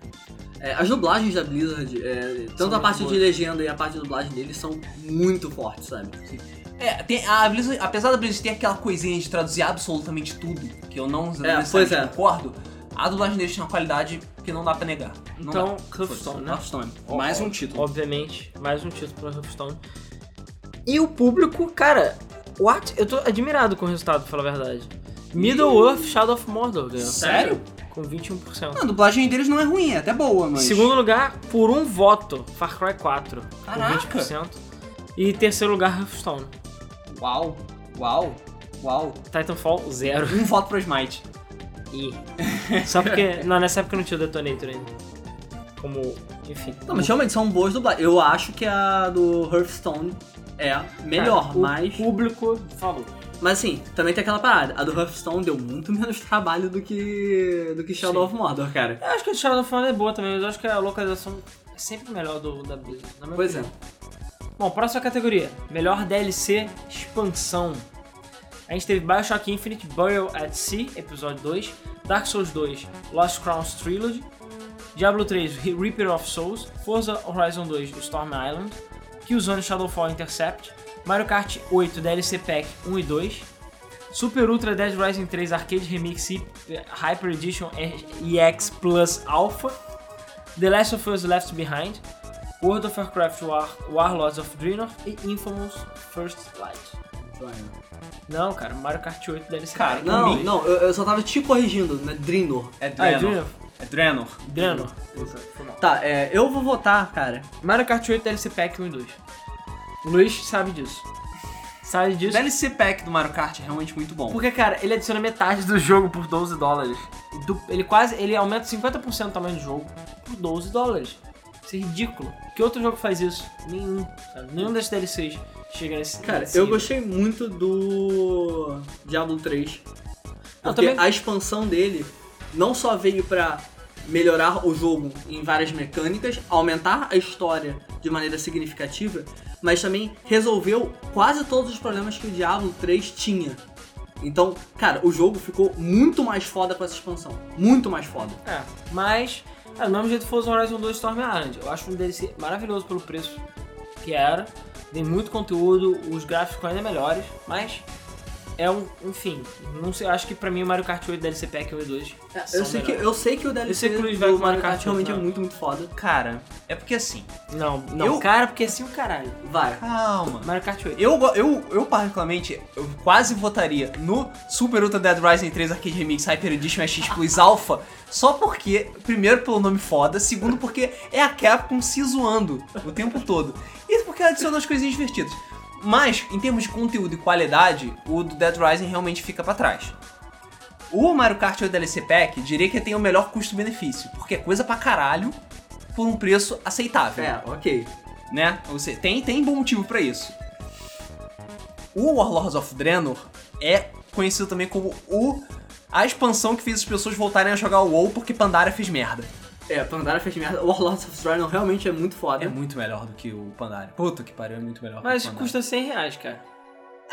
É, as dublagens da Blizzard, é, tanto a muito parte de boas. legenda e a parte de dublagem deles são muito fortes, sabe? É, tem, a Blizzard, apesar da Blizzard ter aquela coisinha de traduzir absolutamente tudo, que eu não necessariamente pois é. concordo, a dublagem deles tem uma qualidade que não dá pra negar. Não Então, dá. Hearthstone, né? Hearthstone. Mais um título. Obviamente, mais um título para Hearthstone. E o público, cara, what? Eu tô admirado com o resultado, pra falar a verdade. Middle-earth Shadow of Mordor ganhou. Sério? Com 21%. a dublagem deles não é ruim, é até boa, mas. Segundo lugar, por um voto, Far Cry 4, Caraca. com 20%. E terceiro lugar, Hearthstone. Uau, uau, uau. Titanfall, zero. Um voto pro Smite. E... Só porque... Não, nessa época não tinha o Detonator ainda. Como... Enfim. Não, mas realmente são boas dublagens. Eu acho que a do Hearthstone é melhor, Cara, mas. O público falou. Mas assim, também tem aquela parada. A do Hearthstone deu muito menos trabalho do que. do que Shadow of Mordor, cara. Eu acho que o Shadow of Mordor é boa também, mas eu acho que a localização é sempre melhor do da Blizzard. na minha Pois é. opinião. Bom, próxima categoria. Melhor DLC Expansão. A gente teve Bioshock Infinite, Burial at Sea, episódio 2, Dark Souls 2, Lost Crowns Trilogy, Diablo 3, Re- Reaper of Souls, Forza Horizon 2, Storm Island, Killzone Shadowfall Intercept, Mario Kart 8 DLC Pack 1 e 2, Super Ultra Dead Rising 3 Arcade Remix e eh, Hyper Edition EX Plus Alpha, The Last of Us Left Behind, World of Warcraft War, Warlords of Draenor e Infamous First Light. né? Não, cara, Mario Kart 8 DLC Cara, Pack. um Não, Zumbi. não, eu, eu só tava te corrigindo, né? Drinor. É Ah, é Drenor. Draenor. É Drenor. Draenor. Tá, é, eu vou votar, cara. Mario Kart 8 DLC Pack 1 e 2. O Luiz sabe disso. Sabe O disso. DLC Pack do Mario Kart é realmente muito bom. Porque, cara, ele adiciona metade do jogo por 12 dólares. Du- Ele quase. Ele aumenta 50% o tamanho do jogo por 12 dólares. Isso é ridículo. Que outro jogo faz isso? Nenhum. Sabe? Nenhum desses DLCs chega nesse. Cara, nesse eu nível. gostei muito do Diablo 3. Eu Porque também- a expansão dele não só veio pra melhorar o jogo em várias mecânicas, aumentar a história de maneira significativa, mas também resolveu quase todos os problemas que o Diablo 3 tinha. Então, cara, o jogo ficou muito mais foda com essa expansão. Muito mais foda. É, mas. É, do mesmo jeito que Forza Horizon 2 Storm Island. Eu acho um DLC maravilhoso pelo preço que era. Tem muito conteúdo, os gráficos ficam ainda melhores, mas. É um. Enfim, não sei, acho que pra mim o Mario Kart 8 DLC Pack 1 e 2. É, são Eu sei, que, melhores. eu sei que o Eu sei DLC que o Luiz do vai com Mario Mario Kart Kart realmente é não. muito, muito foda. Cara, é porque assim. Não, não. Eu- Cara, porque assim o caralho. Vai. Calma. Mario Kart 8. Eu, go- eu, eu particularmente, eu quase votaria no Super Ultra Dead Rising 3 Arcade Remix Hyper Edition X Plus Alpha, só porque, primeiro pelo nome foda, segundo porque é a Capcom se zoando o tempo todo. E porque ela adiciona as coisinhas divertidas. Mas, em termos de conteúdo e qualidade, o do Dead Rising realmente fica pra trás. O Mario Kart 8 DLC Pack, diria que tem o melhor custo-benefício, porque é coisa pra caralho por um preço aceitável É, ok. né? Você tem, tem bom motivo pra isso. O Warlords of Draenor é conhecido também como o a expansão que fez as pessoas voltarem a jogar o WoW porque Pandaria fez merda. É, Pandara fez merda. Warlords of Draenor realmente é muito foda. É muito melhor do que o Pandaria. Puta que pariu, é muito melhor. Mas que o Pandaria. custa 100 reais, cara.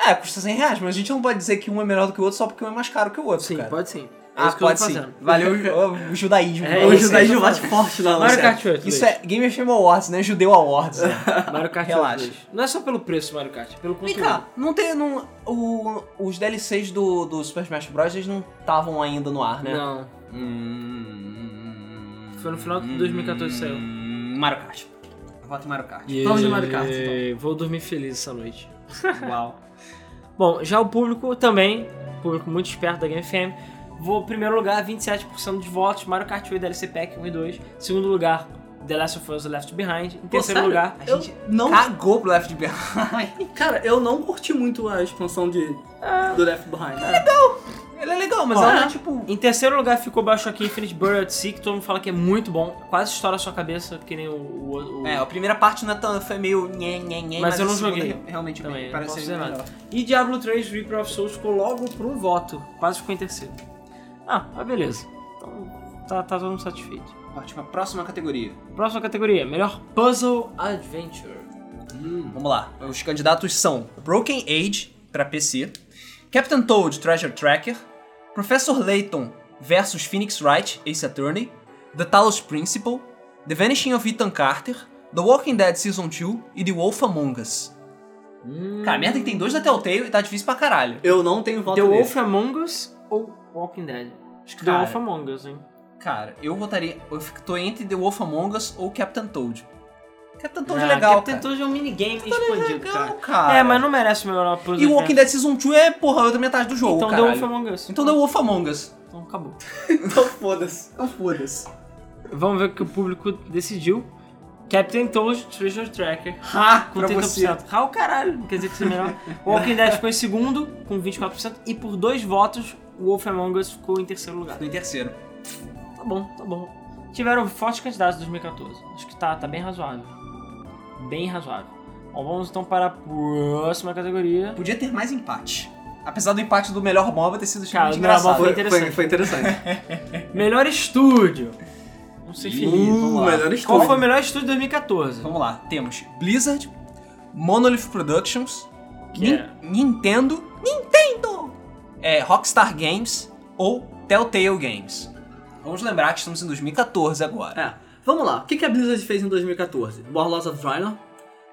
É, custa 100 reais, mas a gente não pode dizer que um é melhor do que o outro só porque um é mais caro que o outro, cara. pode sim. Ah, pode sim. Valeu o, o judaísmo. É, pra o vocês. isso aí. judaísmo bate forte né? lá, Mario mano. Kart 8. Isso é Game of Fame Awards, né? Judeu Awards. né? Mario Kart 8. Relaxa. Relaxa. Não é só pelo preço, Mario Kart, é pelo Vem conteúdo. cá, não tem. Não, o- os DLCs do, do Super Smash Bros. eles não estavam ainda no ar, né? Não. Hum, Foi no final de 2014 que saiu. hum, Mario Kart. Eu voto em Mario Kart. Vamos de Mario Kart, então. E- Vou dormir feliz essa noite. Uau. Bom, já o público também, público muito esperto da Game FM, vou primeiro lugar 27% dos votos, Mario Kart 8 DLC Pack 1 e 2, segundo lugar The Last of Us Left Behind, em Pô, terceiro sério? lugar A Eu gente não... Cagou pro Left Behind. Cara, eu não curti muito a expansão de... do Left Behind. né? Ele é legal, mas Ó, ela né? é tipo. Em terceiro lugar ficou Bioshock Infinite Burial at Sea, que todo mundo fala que é muito bom, quase estoura a sua cabeça, que nem o... o- o- É, a primeira parte não é tão- foi meio. Nhê, nhê, nhê, Mas eu a não segunda joguei. re- Realmente Também, bem, não parece posso ser dizer melhor. nada. E Diablo 3 Reaper of Souls ficou logo por um voto, quase ficou em terceiro. Ah, mas beleza. Então, tá, tá todo mundo satisfeito. Ótima, próxima categoria. Próxima categoria, melhor Puzzle Adventure. Vamos lá. Os candidatos são Broken Age pra PC, Captain Toad Treasure Tracker, Professor Layton versus Phoenix Wright Ace Attorney, The Talos Principle, The Vanishing of Ethan Carter, The Walking Dead Season 2 e The Wolf Among Us. Hum. Cara, merda que tem dois da Telltale e tá difícil pra caralho. Eu não tenho voto The nesse. Wolf Among Us ou Walking Dead? Acho que Cara. The Wolf Among Us, hein? Cara, eu votaria. Eu fico- tô entre The Wolf Among Us ou Captain Toad. Captain Toad é Ah, legal. Captain cara. Toad é um minigame expandido, legal, cara. cara. É, mas não merece o melhor puzzle. E o Walking Dead Season 2 é, porra, outra metade do jogo, Então The caralho. Wolf Among Us. Então The Wolf Among Us. Então acabou. Então foda-se. Então foda-se. Vamos ver o que o público decidiu. Captain Toad, Treasure Tracker. Ha! Com 30%. Ah, o caralho. Quer dizer que isso é melhor. Walking Dead ficou em segundo, com 24%. E por dois votos, o Wolf Among Us ficou em terceiro lugar. Em terceiro. Tá bom, tá bom. Tiveram fortes candidatos em 2014. Acho que tá, tá bem razoável. Bem razoável. Bom, vamos então para a próxima categoria. Podia ter mais empate. Apesar do empate do melhor MOBA ter sido Cara, extremamente o melhor engraçado. MOBA Foi, interessante. foi, foi interessante. Melhor estúdio. Vamos ser felizes. vamos lá. Uh, melhor Qual foi o estúdio. melhor estúdio de 2014? Vamos lá, temos Blizzard, Monolith Productions, Que Nin- é- Nintendo, Nintendo! é, Rockstar Games ou Telltale Games. Vamos lembrar que estamos em 2014 agora. É, vamos lá. O que que a Blizzard fez em 2014? Warlords of Draenor,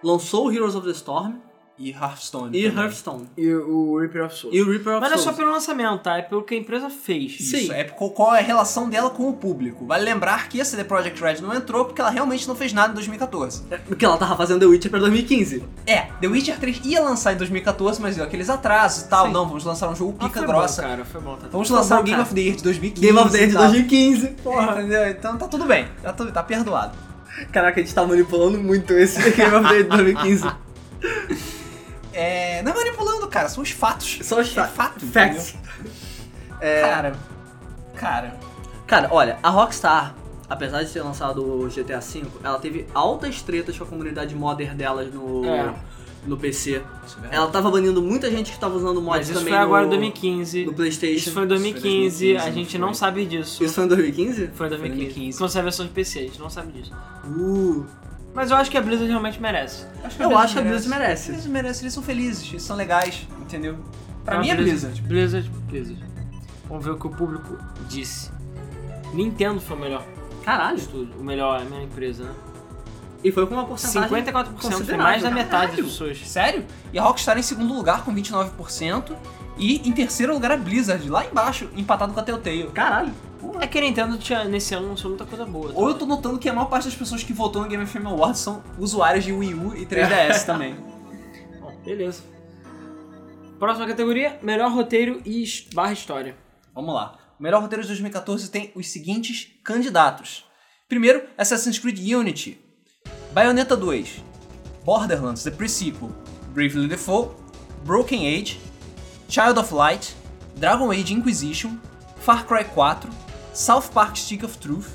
lançou o Heroes of the Storm E Hearthstone. e também. Hearthstone. E o Reaper of Souls. E o Reaper of Mas não é só Souls. pelo lançamento, tá? É pelo que a empresa fez. Isso, Sim. é qual- qual é a relação dela com o público. Vale lembrar que a CD Projekt Red não entrou porque ela realmente não fez nada em 2014. É, Porque ela tava fazendo The Witcher pra 2015. É, The Witcher 3 ia lançar em 2014, mas deu aqueles atrasos e tal. Não, vamos lançar um jogo Ah, pica foi grossa. Bom, cara, foi bom. Tá Vamos Foi lançar bom, o Game cara. of the Year de 2015. Game of the Year de tá? 2015. Porra. Entendeu? Então tá tudo bem. Tá, tudo, tá perdoado. Caraca, a gente tá manipulando muito esse Game of the Year de 2015. É, não é manipulando, cara. São os fatos. Só os É fa- fato. facts. entendeu? Cara. Cara. Cara, olha, a Rockstar, apesar de ter lançado o GTA V, ela teve altas tretas com a comunidade modder delas no, É. no PC. Isso é verdade. Ela tava banindo muita gente que tava usando mods Mas isso também foi agora em no, 2015. no Playstation. Isso foi Isso foi em 2015, em 2015, a gente não foi. sabe disso. Isso foi em 2015? Foi em 2015. 2015. Quando saiu a versão de PC, a gente não sabe disso. Uh, Mas eu acho que a Blizzard realmente merece. eu acho que a Blizzard Eles merece. merecem, eles são felizes, eles são legais, entendeu? Pra Então, mim é Blizzard. Blizzard, Blizzard. Vamos ver o que o público disse. Nintendo foi o melhor Caralho. estúdio, o melhor, a melhor empresa, né? E foi com uma porcentagem. 54% foi considerável. mais da metade das Caralho. pessoas. Sério? E a Rockstar em segundo lugar com 29%. E em terceiro lugar a Blizzard, lá embaixo, empatado com a Telltale. Caralho. É que a Nintendo tinha, nesse ano lançou muita coisa boa. tá? Ou eu tô notando que a maior parte das pessoas que votou no Game FM Awards são usuários de Wii U e 3DS também. Bom, beleza. Próxima categoria, melhor roteiro e his- barra história. Vamos lá. O melhor roteiro de 2014 tem os seguintes candidatos. Primeiro, Assassin's Creed Unity, Bayonetta 2, Borderlands The Pre-Sequel, Bravely Default, Broken Age, Child of Light, Dragon Age Inquisition, Far Cry 4, South Park Stick of Truth,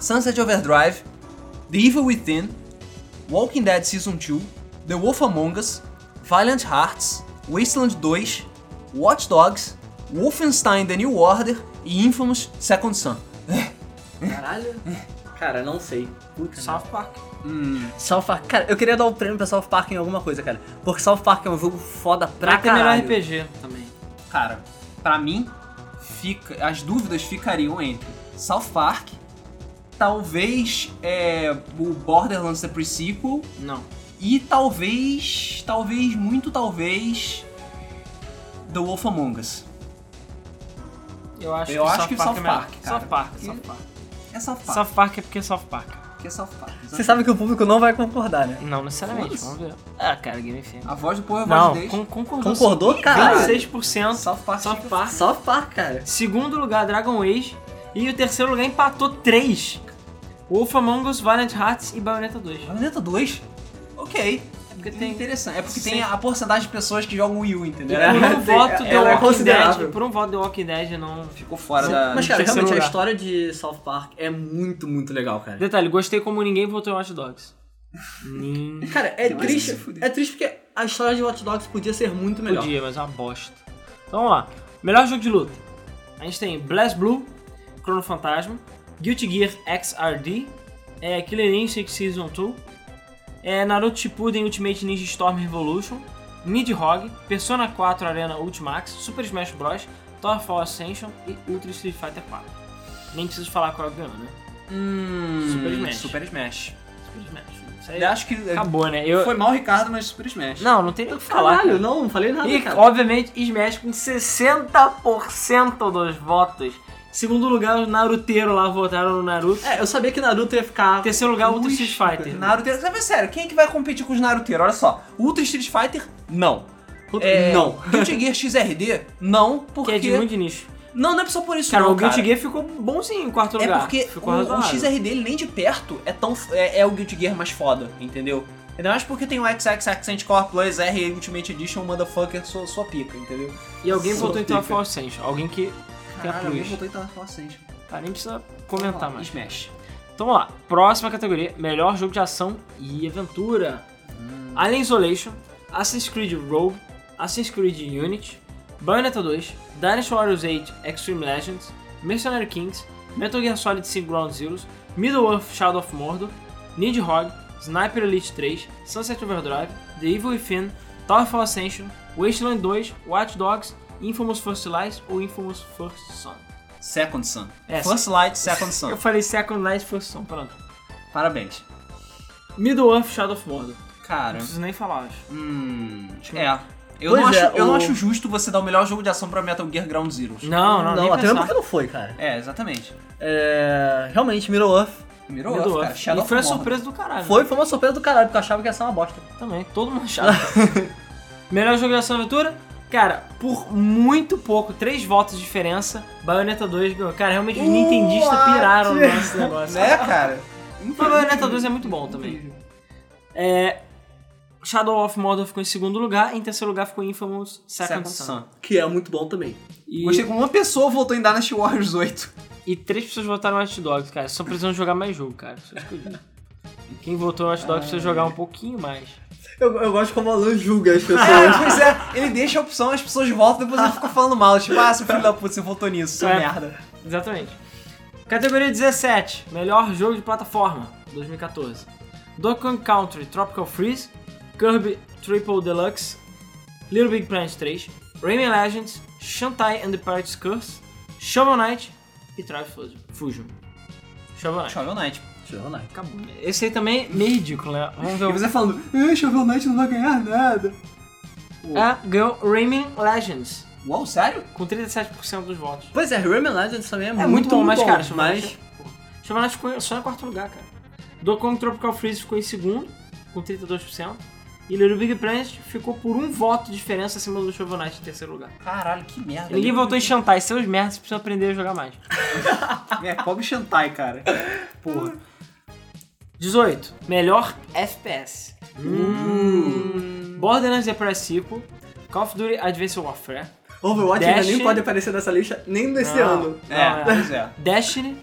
Sunset Overdrive, The Evil Within, Walking Dead Season 2, The Wolf Among Us, Valiant Hearts, Wasteland 2, Watch Dogs, Wolfenstein The New Order e Infamous Second Son. Caralho. Cara, não sei. Puta Hum. South Park. South Park. Cara, eu queria dar o prêmio pra South Park em alguma coisa, cara. Porque South Park é um jogo foda pra Pra ter melhor caralho. RPG também. Cara, pra mim, fica, as dúvidas ficariam entre South Park, talvez é, o Borderlands The Pre-Sequel Não. e talvez, talvez, muito talvez, The Wolf Among Us. Eu acho Eu que acho South que Park South é melhor. Park, cara. South Park, Porque- South Park. É South Park. South Park é porque é South Park. Que é South Park. Você sabe que o público não vai concordar, né? Não necessariamente, Foda-se. vamos ver. Ah, cara, Game FM. A voz do povo é a voz Não, deles. con concordou. Concordou, caralho? 26%. South Park. South Park. South Park, cara. Segundo lugar, Dragon Age. E o terceiro lugar empatou 3. Wolf Among Us, Valiant Hearts e Bayonetta 2. Planeta 2? Ok. É porque Tem... tem... Interessante. É porque Sim. tem a porcentagem de pessoas que jogam Wii U, entendeu? Por um voto Ela The é Walking considerável. Dead, por um voto The Walking Dead Ah, não... Ficou fora Sim. da... Mas, cara, terceiro realmente lugar. a história de South Park é muito, muito legal, cara. Detalhe, gostei como ninguém votou em Watch Dogs. Nem Cara, é Mas triste. se fuder. É triste porque a história de Watch Dogs podia ser muito melhor. podia, mas é uma bosta. Então vamos lá. Melhor jogo de luta. A gente tem Blast Blue, Chrono Fantasma, Guilty Gear XRD, é, Killer Instinct Season 2, é, Naruto Shippuden Ultimate Ninja Storm Revolution, Nidhogg, Persona 4 Arena Ultimax, Super Smash Bros, Towerfall Ascension e Ultra Street Fighter 4. Nem preciso falar qual é o ganhou, né? Hum, Super Smash. Super Smash. Super Smash. Isso aí Eu acho que... eh, acabou, né? Eu... Foi mal o Ricardo, mas Super Smash. Não, não tem nem o que falar. Caralho, não, não falei Ah, nada, E, cara. obviamente, Smash com 60% dos votos. Segundo lugar, os Naruteiro lá votaram no Naruto. É, eu sabia que Naruto ia ficar... Terceiro lugar, Ultra Ui, Street Fighter. Naruteiro... Mas, sério, quem é que vai competir com os Naruteiro? Olha só. Ultra Street Fighter? Não. É, Não. Guilty Gear XRD? Não, Que porque... é de muito de nicho. Não, não é só por isso Cara, não, o Guilty Gear ficou bonzinho em quarto É lugar. porque ficou o, o razoável. XR dele nem de perto é tão f- é, é o Guilty Gear mais foda, entendeu? Ainda mais porque tem o XX Accent Core Plus R Ultimate Edition, motherfucker, sua, sua pica, entendeu? E alguém Só votou em fica. Towerfall Ascension. Alguém que tem a alguém plus. botou então Towerfall Ascension. Cara, nem precisa comentar mais. Smash. Então vamos lá. Próxima categoria: melhor jogo de ação e aventura: Alien Isolation, Assassin's Creed Rogue, Assassin's Creed Unity, Bayonetta 2, Dynasty Warriors 8 Extreme Legends, Mercenary Kings, Metal Gear Solid 5 Ground Zeroes, Middle Earth Shadow of Mordor, Nidhogg, Sniper Elite 3, Sunset Overdrive, The Evil Within, Towerfall Ascension, Wasteland 2, Watch Dogs Infamous First Light ou Infamous First Son. Second Sun. É, First Light, Second Sun. Eu falei Second Light, First Son, pronto. Parabéns. Middle Earth Shadow of Mordor. Não Cara, preciso nem falar, acho. hum, é. Eu, Pois não acho, é, eu não o- acho justo você dar o melhor jogo de ação pra Metal Gear Ground Zeroes. Não, não, nem até mesmo pensar. porque não foi, cara. É, exatamente. É, realmente, Middle Earth Mirou, Middle cara. Earth. Shadow E foi a of Mordor. surpresa é um do caralho. foi, foi uma surpresa do caralho, porque eu achava que ia ser uma bosta. Também, todo mundo achava. Melhor jogo de ação e aventura? Cara, por muito pouco, três votos de diferença, Bayonetta 2 ganhou. Cara, realmente os What? nintendistas piraram no nosso negócio. Né, cara? Mas Bayonetta 2 é muito bom também. É, Shadow of Mordor ficou em segundo lugar, em terceiro lugar ficou Infamous Second Second, Son. Sun. Que é muito bom também. E, Gostei como uma pessoa votou em Dynasty Warriors 8. e três pessoas votaram Watch Dogs, cara. Só precisam jogar mais jogo, cara. Só isso que eu digo. Quem votou em Watch Dogs precisa jogar um pouquinho mais. Eu, eu gosto como o Alan julga as pessoas. É, pois é, ele deixa a opção, as pessoas votam, depois ele fica falando mal. Tipo, ah, seu filho da puta, você votou nisso, seu É. merda. Exatamente. Categoria 17, melhor jogo de plataforma, 2014. Donkey Kong Country Tropical Freeze, Kirby Triple Deluxe, Little Big Planet 3, Rayman Legends, Shantae and the Pirate's Curse, Shovel Knight e Trials Fusion. Fusion. Shovel Knight. Shovel Knight. Shovel Knight. Acabou. Esse aí também é meio ridículo, né? Vamos ver E o... você falando, ah, Shovel Knight não vai ganhar nada. Ah, ganhou Rayman Legends, Uau, sério? com 37% dos votos. Pois é, Rayman Legends também é, É muito bom, mas, cara, Shovel mas... Knight- Shovel Knight ficou só em quarto lugar, cara. Donkey Kong Tropical Freeze ficou em segundo, com 32%. E Little Big Planet ficou por um voto de diferença acima do Shovel Knight em terceiro lugar. Caralho, que merda. Ninguém votou em Shantae, seus merdas precisam aprender a jogar mais. É, pobre Shantai, cara. Porra. 18. Melhor FPS. Hum. Borderlands The Press Sequel, Call of Duty Advanced Warfare, Overwatch Dash. ainda nem pode aparecer nessa lista nem desse Não. ano. É, Não, é. pois é. Destiny,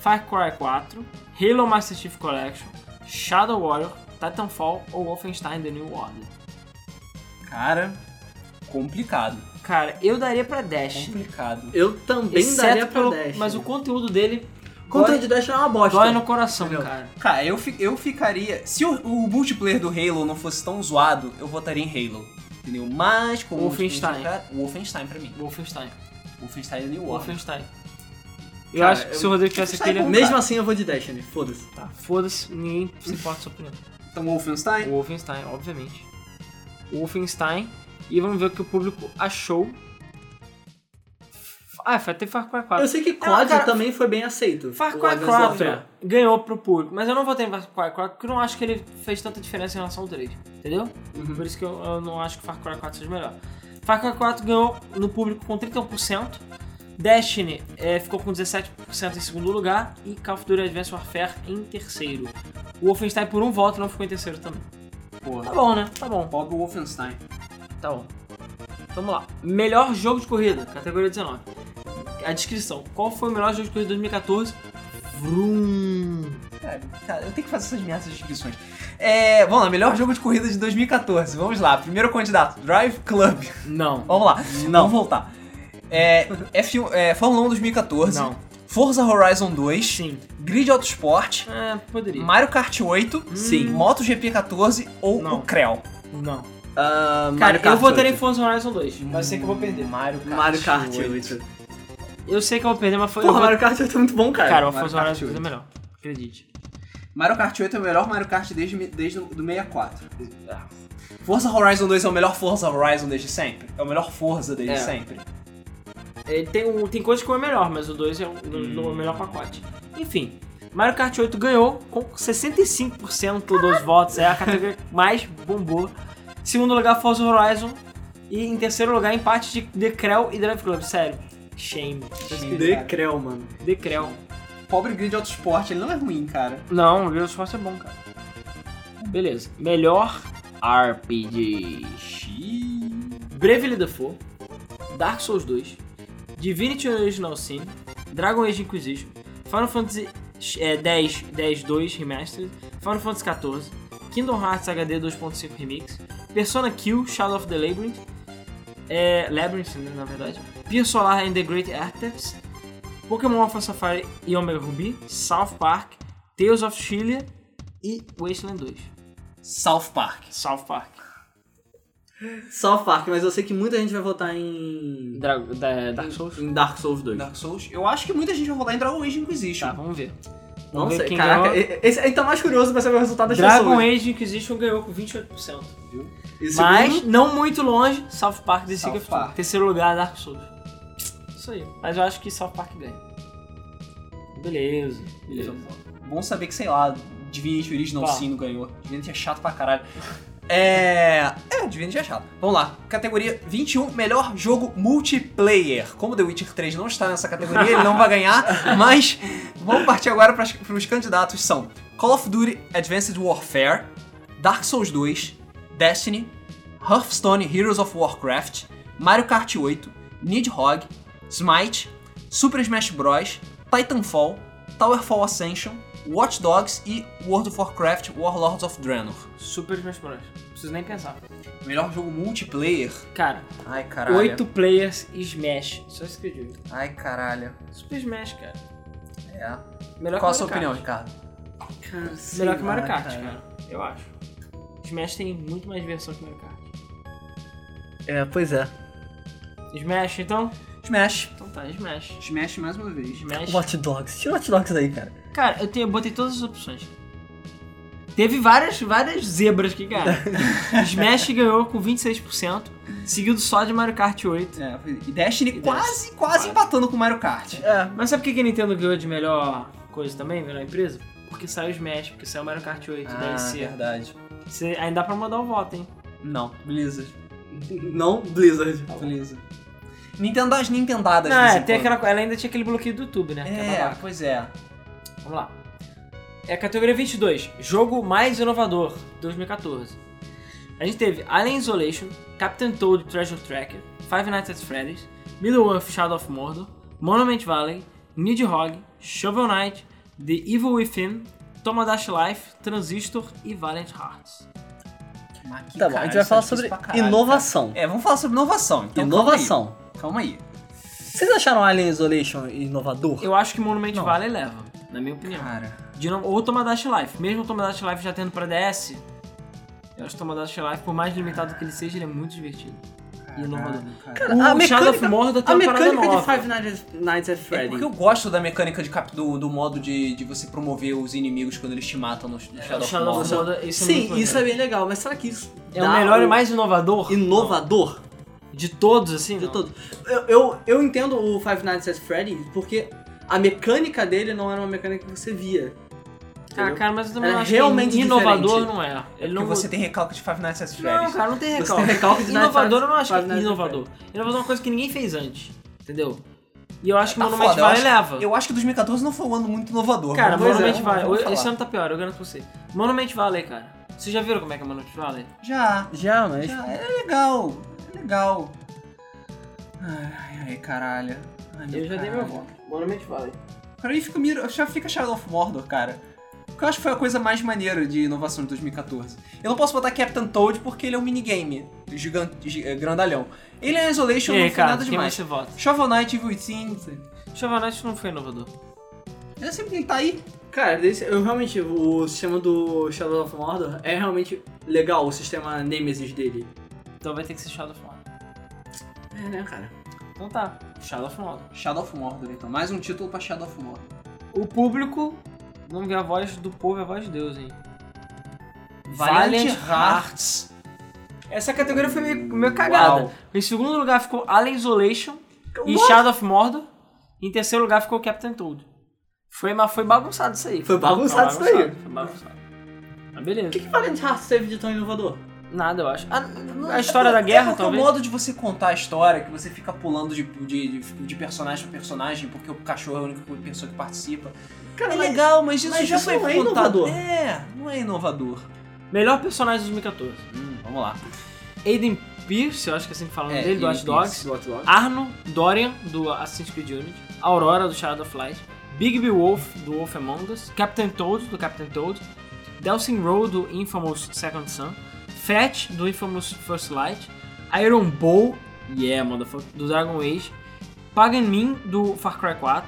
Far Cry 4, Halo Master Chief Collection, Shadow Warrior, Titanfall ou Wolfenstein The New Order. Cara, complicado. Cara, eu daria pra Dash. Complicado. Eu também daria Exceto pra pelo. Dash. Mas o conteúdo dele O conteúdo de Dash é uma bosta. dói no coração, Entendeu? cara. Cara, eu, fi- eu ficaria. Se o, o multiplayer do Halo não fosse tão zoado, eu votaria em Halo. Entendeu? Mas como. o multiplayer- O Wolfenstein pra mim. Wolfenstein. Wolfenstein é New Order. Wolfenstein. Eu Cara, acho que eu- se o Rodrigo tivesse Wolfenstein aquele. é bom. Mesmo cara. assim eu vou de Destiny, foda-se. Tá, foda-se, ninguém se importa com sua opinião. Então, Wolfenstein? O Wolfenstein, obviamente. O Wolfenstein. E vamos ver o que o público achou. Ah, foi até Far Cry 4. Eu sei que COD cara, também foi bem aceito. Far O Cry Advanced 4 Warfare. ganhou pro público, mas eu não votei em Far Cry 4 porque eu não acho que ele fez tanta diferença em relação ao 3, entendeu? Por isso que eu, eu não acho que Far Cry 4 seja melhor. Far Cry 4 ganhou no público com 31%, Destiny eh, ficou com 17% em segundo lugar e Call of Duty Advanced Warfare em terceiro. O Wolfenstein por um voto não ficou em terceiro também. Tá Porra. bom, né? Tá bom, Pobre Wolfenstein. tá bom. Vamos lá. Melhor jogo de corrida, categoria 19. A descrição. Qual foi o melhor jogo de corrida de 2014? Vroom. Cara, cara, eu tenho que fazer essas merdas de descrições. É, vamos lá, melhor jogo de corrida de 2014. Vamos lá, primeiro candidato, Drive Club. Não. Vamos lá, vamos voltar. É, F1, é, Fórmula 1 2014. Não. Forza Horizon 2. Sim. Grid Autosport. É, poderia. Mario Kart 8. Sim. MotoGP 14 ou Não. o Creu. Não. Ah, Cara, Mario eu Kart votaria em 8. Forza Horizon 2. Hum, Mas sei que eu vou perder. Mario Kart, Mario Kart 8. Eu sei que eu vou perder, mas foi. eu Porra, vou- Mario Kart 8 é muito bom, cara. Cara, o Mario Forza Kart Horizon 2 é 8. melhor. Acredite. Mario Kart 8 é o melhor Mario Kart desde, desde o- do 64. Forza Horizon 2 é o melhor Forza Horizon desde sempre. É o melhor Forza desde É. sempre. Ele tem, um, tem coisas que um é melhor, mas o 2 é o do- do melhor pacote. Enfim, Mario Kart 8 ganhou com 65% dos votos. É a categoria que mais bombou. Segundo lugar, Forza Horizon. E em terceiro lugar, empate de The Creu e Drive Club. Sério. Shame. Shame. De Creu, mano. The Creu. Pobre Grid Autosport, ele não é ruim, cara. Não, o Gears of War é bom, cara. Beleza. Melhor RPG. Bravely Default, Dark Souls 2, Divinity Original Sin, Dragon Age Inquisition, Final Fantasy é, 10, 10 2 Remastered, Final Fantasy 14, Kingdom Hearts HD 2.5 Remix, Persona Q Shadow of the Labyrinth, é, Labyrinth, né, na verdade, Pier Solar and the Great Artifacts, Pokémon Alpha Safari e Omega Ruby, South Park, Tales of Chile e Wasteland 2. South Park. South Park. South Park, mas eu sei que muita gente vai votar em. Dra da Dark Souls? Em Dark Souls 2. Dark Souls. Eu acho que muita gente vai votar em Dragon Age Inquisition. é, então, Tá, vamos ver. Não Vamos ver sei, quem caraca, ganhou. e- esse, ele tá mais curioso pra saber o resultado das Dragon pessoas. Age Inquisition ganhou com 28%, viu? E segundo, Mas, não muito longe, South Park The South Secret Park. Park. Terceiro lugar, Dark Souls. Isso aí. Mas eu acho que South Park ganha. Beleza. Beleza. Bom saber que, sei lá, Divinity Original Tá. Sin não ganhou. Divinity é chato pra caralho. É. É, Divinity é chato. Vamos lá. Categoria 21, melhor jogo multiplayer. Como The Witcher 3 não está nessa categoria, ele não vai ganhar, mas vamos partir agora para os candidatos são Call of Duty Advanced Warfare, Dark Souls 2, Destiny, Hearthstone Heroes of Warcraft, Mario Kart 8, Nidhogg, Smite, Super Smash Bros, Titanfall, Towerfall Ascension, Watch Dogs e World of Warcraft Warlords of Draenor. Super Smash Bros. Não preciso nem pensar. Melhor jogo multiplayer? Cara, Ai, caralho. oito players e Smash. Só isso que eu digo. Ai, caralho. Super Smash, cara. É. Melhor Qual a que sua Mario opinião, Kart. Ricardo? Cara, sei Melhor que Mario lá, Kart, cara. Eu acho. Smash tem muito mais diversão que Mario Kart. É, pois é. Smash, então? Smash. Então tá, Smash. Smash mais uma vez. Smash. Watch Dogs. Tira Watch Dogs aí, cara. Cara, eu, tenho, eu botei todas as opções. Teve várias, várias zebras aqui, cara. Smash ganhou com 26%, seguido só de Mario Kart 8. É, e Destiny E quase, quase, empatando com Mario Kart. É. Mas sabe por que que a Nintendo ganhou de melhor coisa também, melhor empresa? Porque saiu Smash, porque saiu Mario Kart 8, deve ser. verdade. Você ainda dá pra mudar o voto, hein? Não, Blizzard. Não Blizzard. Blizzard. Nintendo das Nintendadas. Não, de é, vez em tem quando. aquela, co- ela ainda tinha aquele bloqueio do YouTube, né? Que é É, babaca. pois é. Vamos lá. É a categoria 22, jogo mais inovador, 2014. A gente teve Alien Isolation, Captain Toad Treasure Tracker, Five Nights at Freddy's, Middle-earth Shadow of Mordor, Monument Valley, Nidhogg, Shovel Knight, The Evil Within, Tomodachi Life, Transistor e Valiant Hearts. Mas que Tá bom, a caralho, gente vai isso falar é difícil sobre pra caralho, inovação. cara. É, vamos falar sobre inovação. Então, É Inovação. Calma aí. Calma Vocês acharam Alien Isolation inovador? Eu acho que Monument Não. Valley leva, na minha opinião. aí. Cara. De novo, ou Tomodachi Life. Mesmo o Tomodachi Life já tendo pra DS, eu acho que o Tomodachi Life, por mais limitado que ele seja, ele é muito divertido. E inovador. Cara, O a Shadow of mecânica- Mordor tem A uma parada mecânica nova. de Five Nights at, Nights É at Freddy. porque eu gosto da mecânica de cap, do, do modo de, de você promover os inimigos quando eles te matam no, no É, Shadow, Shadow of of Mordor. Mordor, isso é Sim, muito isso é bem legal, mas será que isso É dá o melhor e mais inovador? inovador De todos, assim? de não. todos? Eu, eu, eu entendo o Five Nights at Freddy porque a mecânica dele não era uma mecânica que você via. Ah, entendeu? cara, mas eu também Era acho realmente que inovador diferente. não é. É porque Ele não... você tem recalque de Five Nights at Não, Freddy's. cara, não tem Você recalque. tem recalque de Night inovador Five- eu não acho que Five Nights é at inovador. Inovador é uma coisa que ninguém fez antes, entendeu? E eu acho que Tá o Monument foda, eu Valley acho- leva. Eu acho que 2014 não foi um ano muito inovador. Cara, mas- Monument Pois é, vamos Valley. falar. Esse ano tá pior, eu garanto pra você. Monument Valley, cara. Vocês já viram como é que é Monument Valley? Já, Já, mas. já. É legal. É legal. Ai, ai, caralho. Ai, Eu já dei meu caralho. voto. Monument Valley. Pra mim fica, Mir- já fica Shadow of Mordor, cara. Porque eu acho que foi a coisa mais maneira de inovação de 2014. Eu não posso botar Captain Toad porque ele é um minigame gigante, gi- eh, grandalhão. Ele é E Isolation, não aí, foi cara, nada quem demais. mais você vota? Shovel Knight, Evil Within... Shovel Knight não foi inovador. Eu sempre que ele tá aí. Cara, desse- eu realmente. O sistema do Shadow of Mordor é realmente legal, o sistema Nemesis dele. Então vai ter que ser Shadow of Mordor. É, né, cara? Então tá, Shadow of Mordor. Shadow of Mordor, então. Mais um título pra Shadow of Mordor. O público, o nome da voz do povo é a voz de Deus, hein? Hearts. Essa categoria foi meio, meio cagada. Uau. Em segundo lugar ficou Alien Isolation e Shadow of Mordor. Em terceiro lugar ficou Captain Toad. Foi, mas foi bagunçado isso aí. Foi bagunçado isso Foi daí. bagunçado, Foi bagunçado. Mas beleza. O que, que Valiant Hearts teve de tão inovador? Nada, eu Ah, acho. A, a história da É guerra, porque talvez. o modo de você contar a história, que você fica pulando de, de, de- de personagem pra personagem, porque o cachorro é a única pessoa que participa. Cara, é mas- legal, mas isso mas já isso foi não é contado. inovador. É, não é inovador. Melhor personagem de 2014. Hum, vamos lá. Aiden Pierce, eu acho que é assim que falam É, dele, do Aiden Watch Dogs. Watch Dogs. Arno, Dorian, do Assassin's Creed Unity, Aurora, do Shadow of Light, Big Wolf, do Wolf Among Us, Captain Toad, do Captain Toad, Delsin Row, do Infamous Second Son, Fetch, do Infamous First Light, Iron Bow, yeah, motherfucker, do Dragon Age, Pagan Min, do Far Cry 4,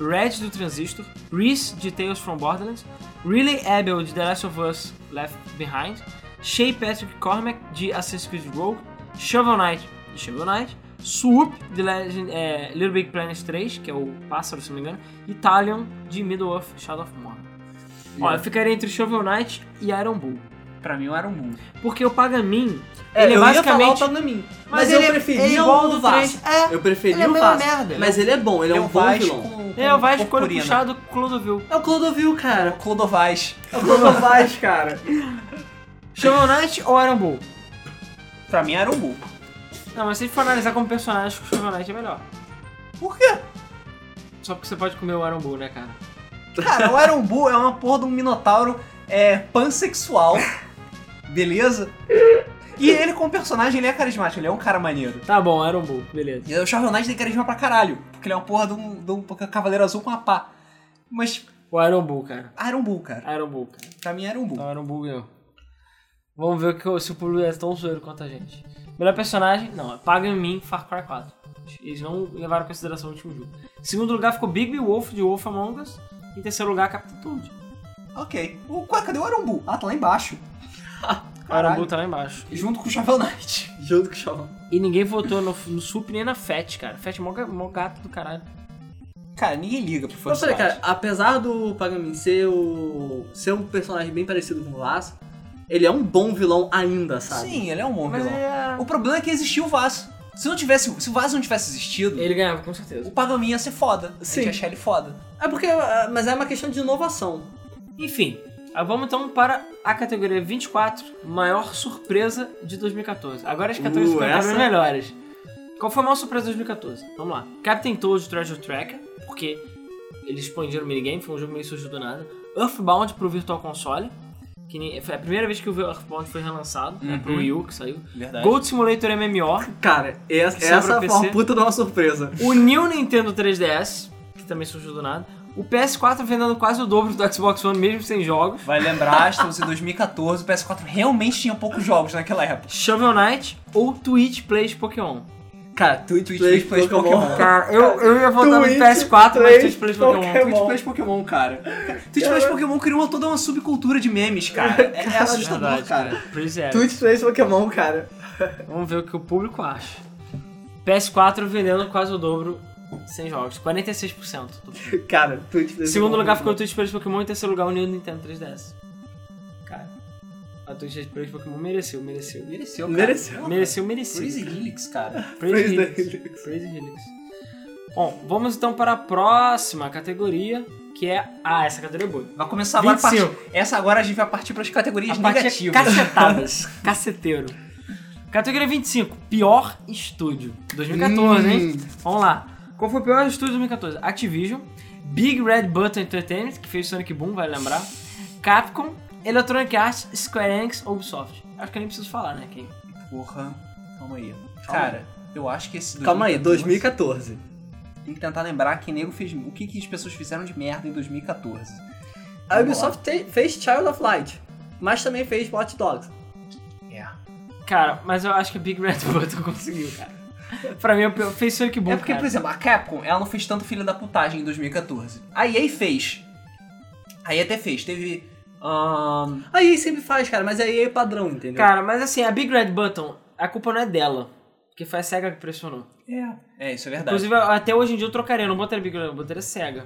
Red, do Transistor, Reese, de Tales from Borderlands, Riley Abel, de The Last of Us Left Behind, Shea Patrick Cormack, de Assassin's Creed Rogue, Shovel Knight de Shovel Knight, Swoop de Legend, é, Little Big Planet 3, que é o pássaro, se não me engano, Italian de Middle Earth Shadow of Mordor. Ó, eu ficaria entre Shovel Knight e Iron Bull. Pra mim, o Iron Bull. porque o Pagamin, É, ele é eu ia basicamente... falar o Panamin, mas, Mas eu ele é- preferia é igual o ao do do três. Vasco. É, eu preferia ele é o meio uma Vasco. merda. Mas ele é bom, ele é, um bom Vasco vilão. com- com É, o Vasco quando purpurina. puxado Clodovil. É o Clodovil, cara. Clodovaz. É o Clodovil, cara. Shovel Knight ou Iron Bull? Pra mim, Iron Bull. Não, mas se a gente for analisar como personagem, acho que o Shovel Knight é melhor. Por quê? Só porque você pode comer o Iron Bull, né, cara? Cara, o Iron Bull é uma porra de um minotauro é, pansexual. Beleza? E ele, como personagem, ele é carismático, ele é um cara maneiro. Tá bom, Iron Bull, beleza. E o Shovel Knight tem carisma pra caralho, porque ele é uma porra de um, de um cavaleiro azul com uma pá. Mas O Iron Bull, cara. Iron Bull, cara. Iron Bull, cara. Pra mim, é Iron Bull. Então Iron Bull ganhou. Vamos ver o que- se o público é tão zoeiro quanto a gente. Melhor personagem? Não, é Pagamin Far Cry 4. Eles não levaram em consideração o último jogo. Em segundo lugar ficou Bigby Wolf de Wolf Among Us. Em terceiro lugar, Captain Toad. Ok. O, qual- cadê o Iron Bull? Ah, tá lá embaixo. O Iron Caralho. Bull tá lá embaixo. Junto com o Shovel Knight. Junto com o Chavão. E ninguém votou no, no Sup nem na Fat, cara. Fat é mó, ga- mó gato do caralho. Cara, ninguém liga pro Eu First falei, Light. cara, apesar do Pagamin ser, o... ser um personagem bem parecido com o Vasco, ele é um bom vilão ainda, sabe? Sim, ele é um bom Mas vilão. ele, é... O problema é que existiu o Vaz. Se não tivesse, se o Vaz não tivesse existido, ele ganhava, com o certeza. Pagamin ia ser foda. A gente Sim. ia achar ele foda. É porque. é, Mas é uma questão de inovação. Enfim, ah, vamos então para a categoria 24, maior surpresa de 2014. Agora as categorias Uh, ficaram essa? melhores. Qual foi a maior surpresa de 2014? Vamos lá. Captain Toad Treasure Tracker, porque eles expandiram o minigame, foi um jogo meio surgiu do nada. Earthbound pro Virtual Console, que nem- foi a primeira vez que o Earthbound foi relançado, né, pro Uhum. Wii U que saiu. Verdade. Gold Simulator MMO, Cara, essa, Sobre o essa foi PC? uma puta de uma surpresa. o New Nintendo 3DS, que também surgiu do nada. O PS4 vendendo quase o dobro do Xbox One, mesmo sem jogos. Vai lembrar, estamos em 2014, o PS4 realmente tinha poucos jogos naquela época. Shovel Knight ou Twitch Plays Pokémon? Cara, Twitch, Twitch Plays, Plays Pokémon. Pokémon. Cara, eu, eu ia votar no Twitch PS4, mas Plays Twitch Plays Pokémon. Pokémon. Twitch Plays Pokémon, cara. Twitch Plays Pokémon criou toda uma subcultura de memes, cara. É, é assustador, Verdade, cara. Pois é. Twitch Plays Pokémon, cara. Vamos ver o que o público acha. PS4 vendendo quase o dobro sem jogos, 46%. do público. Cara, Twitch Em Plays segundo Pokémon. lugar ficou o Twitch Plays Pokémon, em terceiro lugar o New Nintendo 3DS. Cara, a Twitch Plays Pokémon mereceu, mereceu. Mereceu, cara. Mereceu. Mereceu, mereceu. Crazy Helix, cara. Praise Praise Helix. the Helix. Praise Helix. Bom, vamos então para a próxima categoria, que é... Ah, essa categoria é boa. Vai começar agora a 25. partir. Essa agora a gente vai partir pras categorias A parte é negativas. Cacetadas. Caceteiro. Categoria 25. Pior estúdio. 2014, hein? Vamos lá. Qual foi o pior estúdio de 2014? Activision. Big Red Button Entertainment, que fez Sonic Boom, vai lembrar. Capcom. Electronic Arts, Square Enix, Ubisoft. Acho que eu nem preciso falar, né? Quem? Porra, calma aí. Cara, eu acho que esse. Calma aí, 2014. 2014. Tem que tentar lembrar que nego fez. O que, que as pessoas fizeram de merda em 2014. A Vamos Ubisoft te- fez Child of Light, mas também fez Watch Dogs. É. Cara, mas eu acho que Big Red Button conseguiu, cara. pra mim, o pior- fez Sonic Boom, é porque, por cara. exemplo, a Capcom, ela não fez tanto filha da putagem em 2014. A EA fez. A EA até fez. Teve. ahn, A EA sempre faz, cara, mas a EA é padrão, entendeu? Cara, mas assim, a Big Red Button, a culpa não é dela. Porque foi a SEGA que pressionou. Tá. É, isso é verdade. Inclusive, até hoje em dia eu trocaria, eu não botaria Big Red, eu botaria SEGA.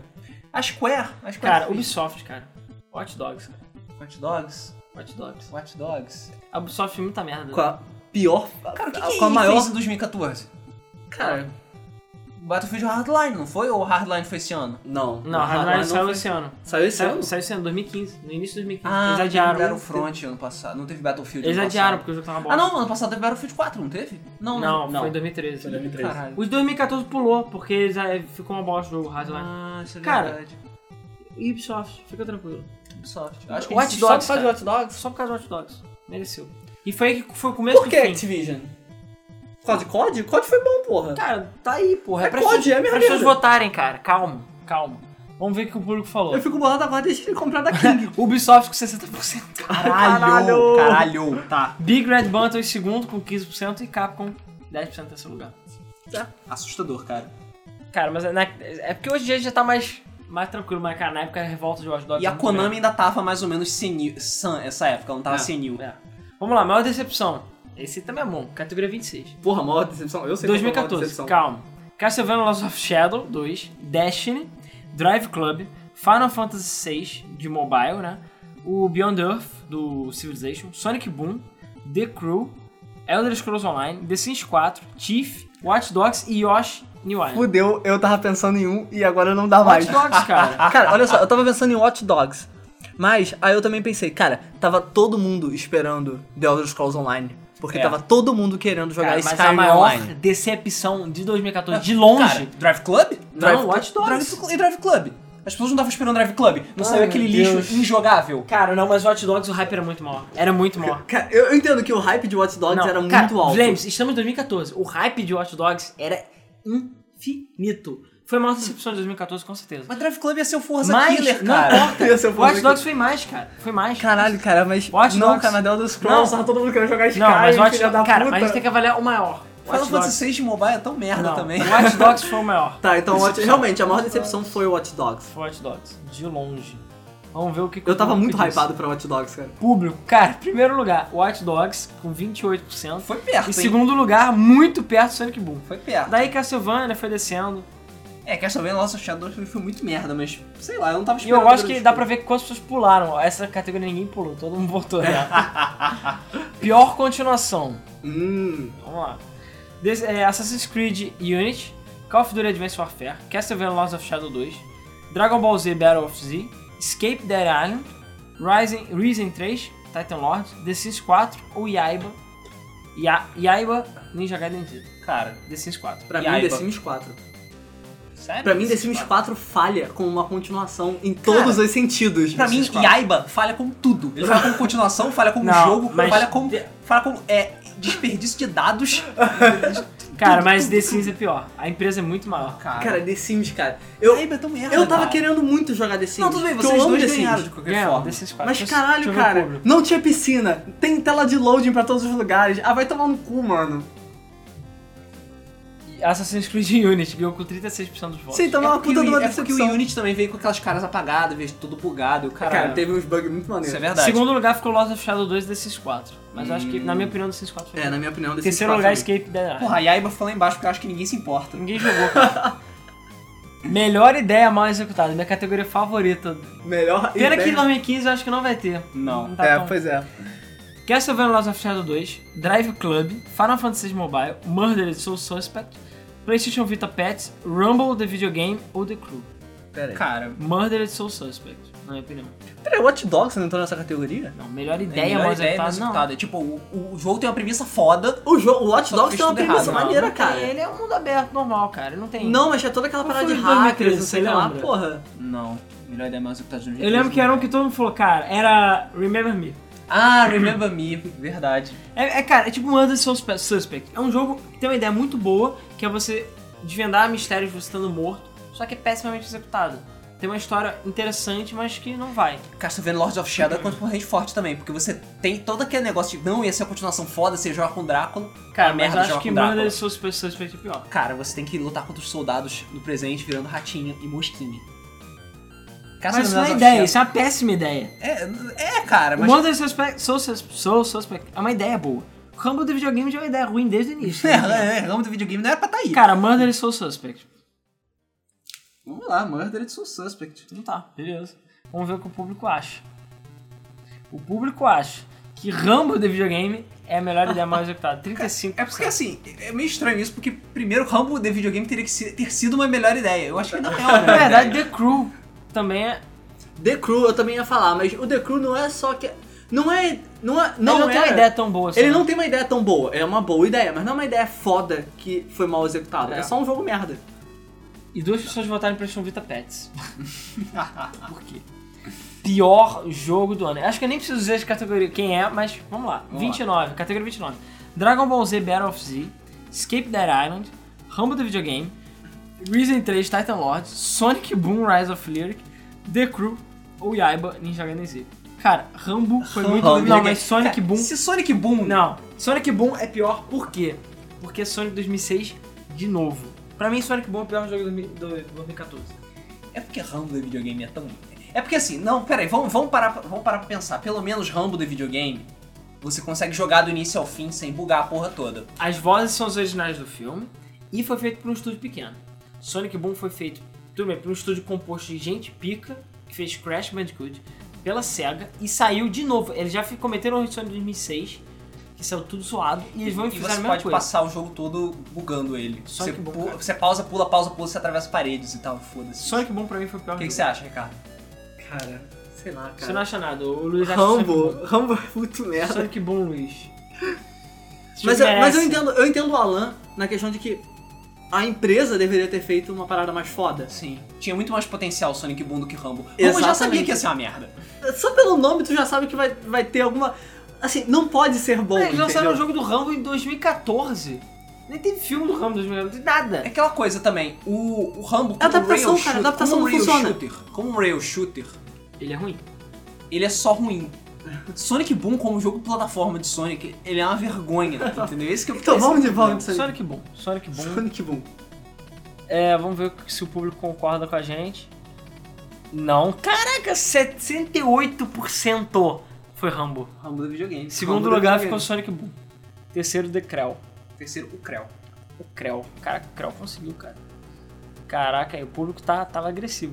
a Square. A Square Cara, fez. Ubisoft, cara. Watch Dogs, cara. Watch Dogs. Watch Dogs. Watch Dogs. A Ubisoft é muita merda. Com a pior. Cara, o que, que com é a é EA maior. fez em 2014? Cara, Battlefield Hardline, não foi? Ou Hardline foi esse ano? não. Não, O Hardline saiu foi- esse ano. Saiu esse Saiu, ano? saiu esse ano, 2015. No início de 2015. Ah, Eles não teve adiaram. Battlefront ano passado. Não teve Battlefield Eles ano adiaram passado. porque o jogo tava bom. Ah, não, ano passado teve Battlefield 4, não teve? Não, Não, não. foi em 2013. Foi em 2013. Caralho. Os 2014 pulou, porque eles, é, ficou uma bosta o jogo, Hardline. Ah, isso é Cara, verdade. Ah. Ubisoft, fica tranquilo. Ubisoft. Eu Acho que Watch eles- Dogs, Só por causa de cara. Watch Dogs? Só por causa do Watch Dogs. Mereceu. E foi aí que foi o começo Por do que fim. Activision? Por causa de COD? COD foi bom, porra. Cara, tá aí, porra. É, É pra, COD, pessoas- é minha pra pessoas merda. votarem, cara. Calma, calma. Vamos ver o que o público falou. Eu fico bolado agora, deixa ele comprar da King. Ubisoft com 60%. Caralho! Caralho! Tá. Big Red Button em segundo com 15% e Capcom 10% em terceiro lugar. Assustador, cara. Cara, mas é, na- é porque hoje em dia já tá mais, mais tranquilo, mas cara, na época a revolta de Watch Dogs... E a era muito Konami ainda tava mais ou menos senil, sã essa época, ela não tava É. senil. grande. É. Vamos lá, maior decepção. Esse também é bom. Categoria 26. Porra, maior decepção. Eu sei qual foi a maior 2014, decepção. calma. Castlevania Lords of Shadow 2, Destiny, Drive Club, Final Fantasy VI de mobile, né? O Beyond Earth do Civilization, Sonic Boom, The Crew, Elder Scrolls Online, The Sims 4, Thief, Watch Dogs e Yoshi New Island. Fudeu, eu tava pensando em um e agora não dá mais. Watch Dogs, cara. Cara, olha só, eu tava pensando em Watch Dogs. Mas aí eu também pensei, cara, tava todo mundo esperando The Elder Scrolls Online. Porque É. tava todo mundo querendo jogar Cara, mas a Skyrim maior Online. decepção de 2014, de longe. Cara, Drive Club? Drive não, Club. Watch Dogs. Drive, e Drive Club? As pessoas não estavam esperando Drive Club. Não saiu meu aquele Deus. lixo injogável. Cara, não, mas Watch Dogs o hype era muito maior. Era muito maior. Cara, eu eu entendo que o hype de Watch Dogs Não, era cara, muito alto. Lembre-se, estamos em 2014. O hype de Watch Dogs era infinito. Foi a maior decepção de 2014, com certeza. Mas Drive Club ia ser o Forza Mas, Killer, não cara. importa. Ia ser bom Watch aqui. Dogs foi mais, cara. Foi mais. Caralho, cara, mas. Watch não, Dogs. cara, mas The Elder Scrolls, Não. tava todo mundo querendo jogar Skyrim, Não, mas Watch filha da Dogs... Cara, puta. mas a gente tem que avaliar o maior. Final Watch Dogs. Fantasy VI de mobile é tão merda Não, também. Watch Dogs foi o maior. Tá, então Watch- realmente, a maior decepção foi o Watch Dogs. Foi Watch Dogs. De longe. Vamos ver o que... que Eu o tava público muito disse. hypado pra Watch Dogs, cara. Público. Cara, primeiro lugar, Watch Dogs com 28%. Foi perto, Em hein? segundo lugar, muito perto do Sonic Boom. Foi perto. Daí Castlevania foi descendo. É, Castlevania Lost Shadow foi muito merda, mas sei lá, eu não tava E esperando. eu acho que grande dá pra Tipo, coisa. ver quantas pessoas pularam. Essa categoria ninguém pulou, todo mundo votou já. Pior continuação. Hum. Vamos lá. Des- é, Assassin's Creed Unity, Call of Duty Advanced Warfare, Castlevania Lords of Shadow 2, Dragon Ball Z Battle of Z, Escape Dead Island, Rising, Risen 3, Titan Lords, The Sims 4 ou Yaiba. Ya, Yaiba Ninja Gaiden 3. Cara, The Sims 4. Pra mim, Yaiba. The Sims 4. Sério? Pra mim, The Sims 4 falha como uma continuação em todos os sentidos. Pra mim, Squad. Yaiba falha com tudo. Ele falha como continuação, falha como Não, jogo, mas- falha como. Falha como. É, desperdício de dados. Cara, mas The Sims é pior. A empresa é muito maior. Cara, The Sims, cara. Eu, Yaiba é tão merda. eu tava cara. querendo muito jogar The Sims. Não, tudo bem, porque eu vocês amo The dois Sims. ganharam de qualquer Ganhou, forma. The Sims 4. Mas Deixa eu- É, deixa caralho, eu ver o cara, público. não tinha piscina, tem tela de loading pra todos os lugares. Ah, vai tomar no cu, mano. Assassin's Creed Unity ganhou com 36% dos votos. Sim, então é uma porque puta o- de uma é porque decepção. o Unity também veio com aquelas caras apagadas, veio tudo bugado. Caralho, Cara, teve uns bugs muito maneiros. isso é verdade. Segundo lugar ficou Lost of Shadow 2 desses quatro. Mas eu acho que, na minha opinião, desses quatro foi. É, na minha opinião, The Sims Terceiro 4 lugar, também. Escape Dead Island. Porra, Yaiba foi lá embaixo porque eu acho que ninguém se importa. Ninguém jogou, cara. Melhor ideia mal executada, minha categoria favorita. Melhor Pena ideia. que em 2015 eu acho que não vai ter. Não. tá É, tão- pois é. Castlevania Lords of Shadow 2, Drive Club, Final Fantasy VI Mobile, Murdered Soul Suspect, PlayStation Vita Pets, Rumble The Video Game ou The Crew. Pera aí. Cara, Murdered Soul Suspect, na minha opinião. Pera aí, Watch Dogs não entrou nessa categoria? Não, melhor é ideia melhor mal ideia executada, mais não. executada. Tipo, o, o jogo tem uma premissa foda. O, jogo, o Watch Só Dogs fez tem uma tudo premissa errado, não. maneira, Não cara. tem, Ele é um mundo aberto normal, cara. Ele não tem. Não, mas tinha toda aquela Qual parada de foi o 2013, hackers, não sei você lá, lembra? porra. Não. Melhor ideia é mais executada de Eu lembro que era um que todo mundo falou, cara, era Remember Me. Ah, Remember Me, verdade. É, é, cara, é tipo um Under Suspe- Suspect. É um jogo que tem uma ideia muito boa, que é você desvendar mistérios você estando morto, só que é pessimamente executado. Tem uma história interessante, mas que não vai. Castlevania Lords of Shadow é concorrente forte também, porque você tem todo aquele negócio de não ia ser a continuação foda, você joga com Drácula. Cara, a mas merda de eu acho jogar que com Drácula. Murder Suspect, Suspect é pior. Cara, você tem que lutar contra os soldados no presente, virando ratinho e mosquinha. Mas isso não é Lords of ideia, isso é uma péssima ideia. Shadow- É, é, cara, O mas. Murder Suspect, Soul, Sus- Soul Suspect é uma ideia boa. Rumble do videogame já é uma ideia ruim desde o início. né? É, é, ramo do videogame não era pra tá aí. Cara, Murder Soul Suspect. Vamos lá, Murdered Soul Suspect. Então tá, beleza. Vamos ver o que o público acha. O público acha que Rambo de videogame é a melhor ideia mais executada. 35%. É porque assim, é meio estranho isso, porque primeiro Rambo de videogame teria que ser- ter sido uma melhor ideia. Eu acho que não é uma Na melhor verdade, ideia. The Crew também é. The Crew eu também ia falar, mas o The Crew não é só que. Não é. Não é. Não, ele não tem uma era- ideia tão boa assim. Ele né? não tem uma ideia tão boa, é uma boa ideia, mas não é uma ideia foda que foi mal executada. É, É. só um jogo merda. E duas pessoas votaram em PlayStation Vita Pets. Por quê? Pior jogo do ano. Eu Acho que eu nem preciso dizer de categoria quem é, mas vamos lá. Vamos lá. 29, categoria 29. Dragon Ball Z Battle of Z, Escape Dead Island, Rambo do Videogame, Risen 3 Titan Lords, Sonic Boom Rise of Lyric, The Crew ou Yaiba Ninja Gaiden Z. Cara, Rambo foi muito... Rambo, não, ninguém- mas Sonic Cara, Boom... Se Sonic Boom Não, Sonic Boom é pior por quê? Porque Sonic 2006 de novo. Pra mim, Sonic Boom é o pior jogo do, do 2014. É porque Rambo de videogame é tão. É porque assim, não, peraí, vamos, vamos, parar, pra- vamos parar pra pensar. Pelo menos Rambo de videogame Você consegue jogar do início ao fim sem bugar a porra toda. As vozes são as originais do filme e foi feito por um estúdio pequeno. Sonic Boom foi feito, tudo bem, por um estúdio composto de gente pica, que fez Crash Bandicoot, pela SEGA, e saiu de novo. Eles já fi- cometeram o erro de Sonic 2006, que saiu tudo zoado, e eles vão E fazer a você mesma pode coisa. passar o jogo todo bugando ele. Só você, que bom, pu- cara. você pausa, pula, pausa, pula, você atravessa paredes e tal, foda-se. Sonic Boom pra mim foi o pior O que, que jogo. você acha, Ricardo? Cara, sei lá, Você não cara. acha nada, o Luiz acha Sonic Rambo, Rambo é muito Boom. merda. Sonic Boom, Luiz. Esse Mas eu, jogo mas eu merece. entendo, eu entendo o Alan na questão de que a empresa deveria ter feito uma parada mais foda. Sim. Tinha muito mais potencial o Sonic Boom do que Rambo. Rambo já Exatamente. sabia que ia ser uma merda. Só pelo nome tu já sabe que vai, vai ter alguma. Assim, não pode ser bom. Eles lançaram o entendeu? jogo do Rambo em 2014. Nem teve filme do Rambo em 2014, não tem nada. É aquela coisa também, o, o Rambo como Adaptação, rail cara, shooter, adaptação como não rail funciona. shooter, como um rail shooter, Ele é ruim. ele é só ruim. Sonic Boom como jogo plataforma de Sonic, ele é uma vergonha, entendeu? Esse é que eu Então esse vamos que de eu- volta disso aí. Sonic Boom, Sonic Boom. Sonic Boom. É, vamos ver se o público concorda com a gente. Não. Caraca, 78% foi Rambo. Rambo do videogame. Em segundo Rambo do lugar ficou videogame. Sonic Boom. Terceiro, The Krell. Terceiro, o Krell. O Krell. Caraca, o Krell conseguiu, cara. Caraca, aí o público tá, tava agressivo.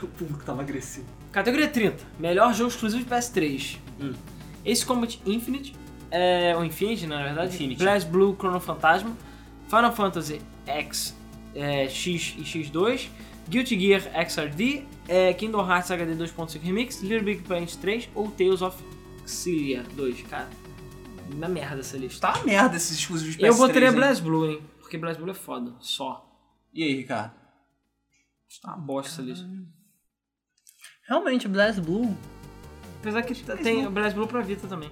O público tava agressivo. Categoria 30. Melhor jogo exclusivo de PS3. Hum. Ace Combat Infinite. É, o Infinite, na verdade. Infinity. Blast Blue Chrono Fantasma. Final Fantasy X, é, X e X2. Guilty Gear XRD. É, Kingdom Hearts HD 2.5 Remix. Little Big Planet 3 ou Tales of Xillia 2. Cara, na merda essa lista. Tá uma merda esses exclusivos de PS3. Eu botaria hein? Blast Blue, hein? Porque Blast Blue é foda, só. E aí, Ricardo? Tá uma bosta essa lista. Realmente, Blast Blue. Apesar que tem o Blast Blue pra Vita também.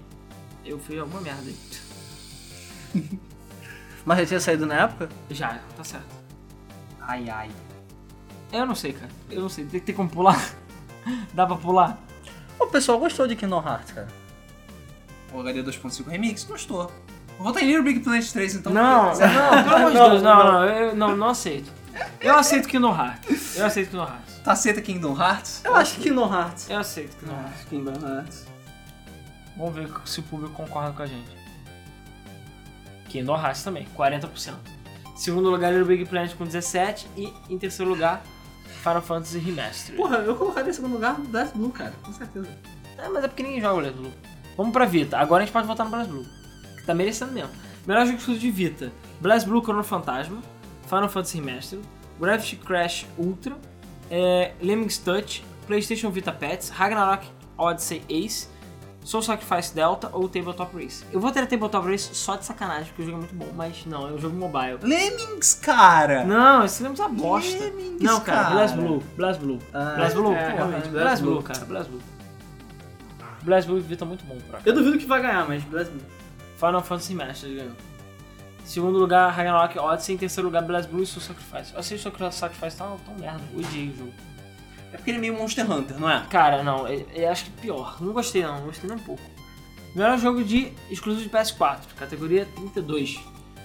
Eu fiz alguma merda aí. Mas já tinha saído na época? Já, tá certo. Ai, ai. Eu não sei, cara. Eu não sei. Tem, tem como pular? Dá pra pular? O pessoal gostou de Kingdom Hearts, cara. O HD 2.5 Remix, gostou. Vou em Little Big Planet 3, então. Não, não, porque- pelo amor de Não, Deus. Não, não. não, eu não, não aceito. Eu aceito Kingdom Hearts. Eu aceito Kingdom Hearts. Taceta tá Kingdom Hearts. Eu acho que Kingdom Hearts. Eu aceito Kingdom Hearts. Kingdom Hearts. Vamos ver se o público concorda com a gente. Kingdom Hearts também, 40%. Segundo lugar, Little Big Planet com 17%. E em terceiro lugar, Final Fantasy Remastered. Porra, eu colocaria em segundo lugar Blast Blue, cara, com certeza. É, mas é porque ninguém joga o Blast Blue. Vamos pra Vita. Agora a gente pode voltar no Blast Blue. Que tá merecendo mesmo. Melhor jogo exclusivo de Vita. Blast Blue Chrono Fantasma. Final Fantasy Remastered. Gravity Crash Ultra. É, Lemmings Touch. Playstation Vita Pets. Ragnarok Odyssey Ace. Soul Sacrifice Delta ou Tabletop Race. Eu vou ter Tabletop Race só de sacanagem, porque o jogo é muito bom, mas não, é um jogo mobile. Lemmings, cara! Não, esse Lemmings é uma bosta. Lemmings, não, cara, cara. Blast Blue, Blast Blue. Ah, Blast Blue, é, porra, realmente, Blast, Blast Blue, Blue. cara, Blast Blue. Blast Blue e Vita é muito bom, cara. Eu duvido que vai ganhar, mas Blast Blue. Final Fantasy Master ganhou. Segundo lugar, Ragnarok Odyssey. Em terceiro lugar, Blast Blue e Soul Sacrifice. Eu achei que Soul Sacrifice tá tão merda. Odiei o jogo. É porque ele é meio Monster Hunter, não é? Ah, Cara, não, eu, eu acho que pior. Não gostei, não. Não gostei nem um pouco. Melhor jogo de exclusivo de PS4. Categoria 32.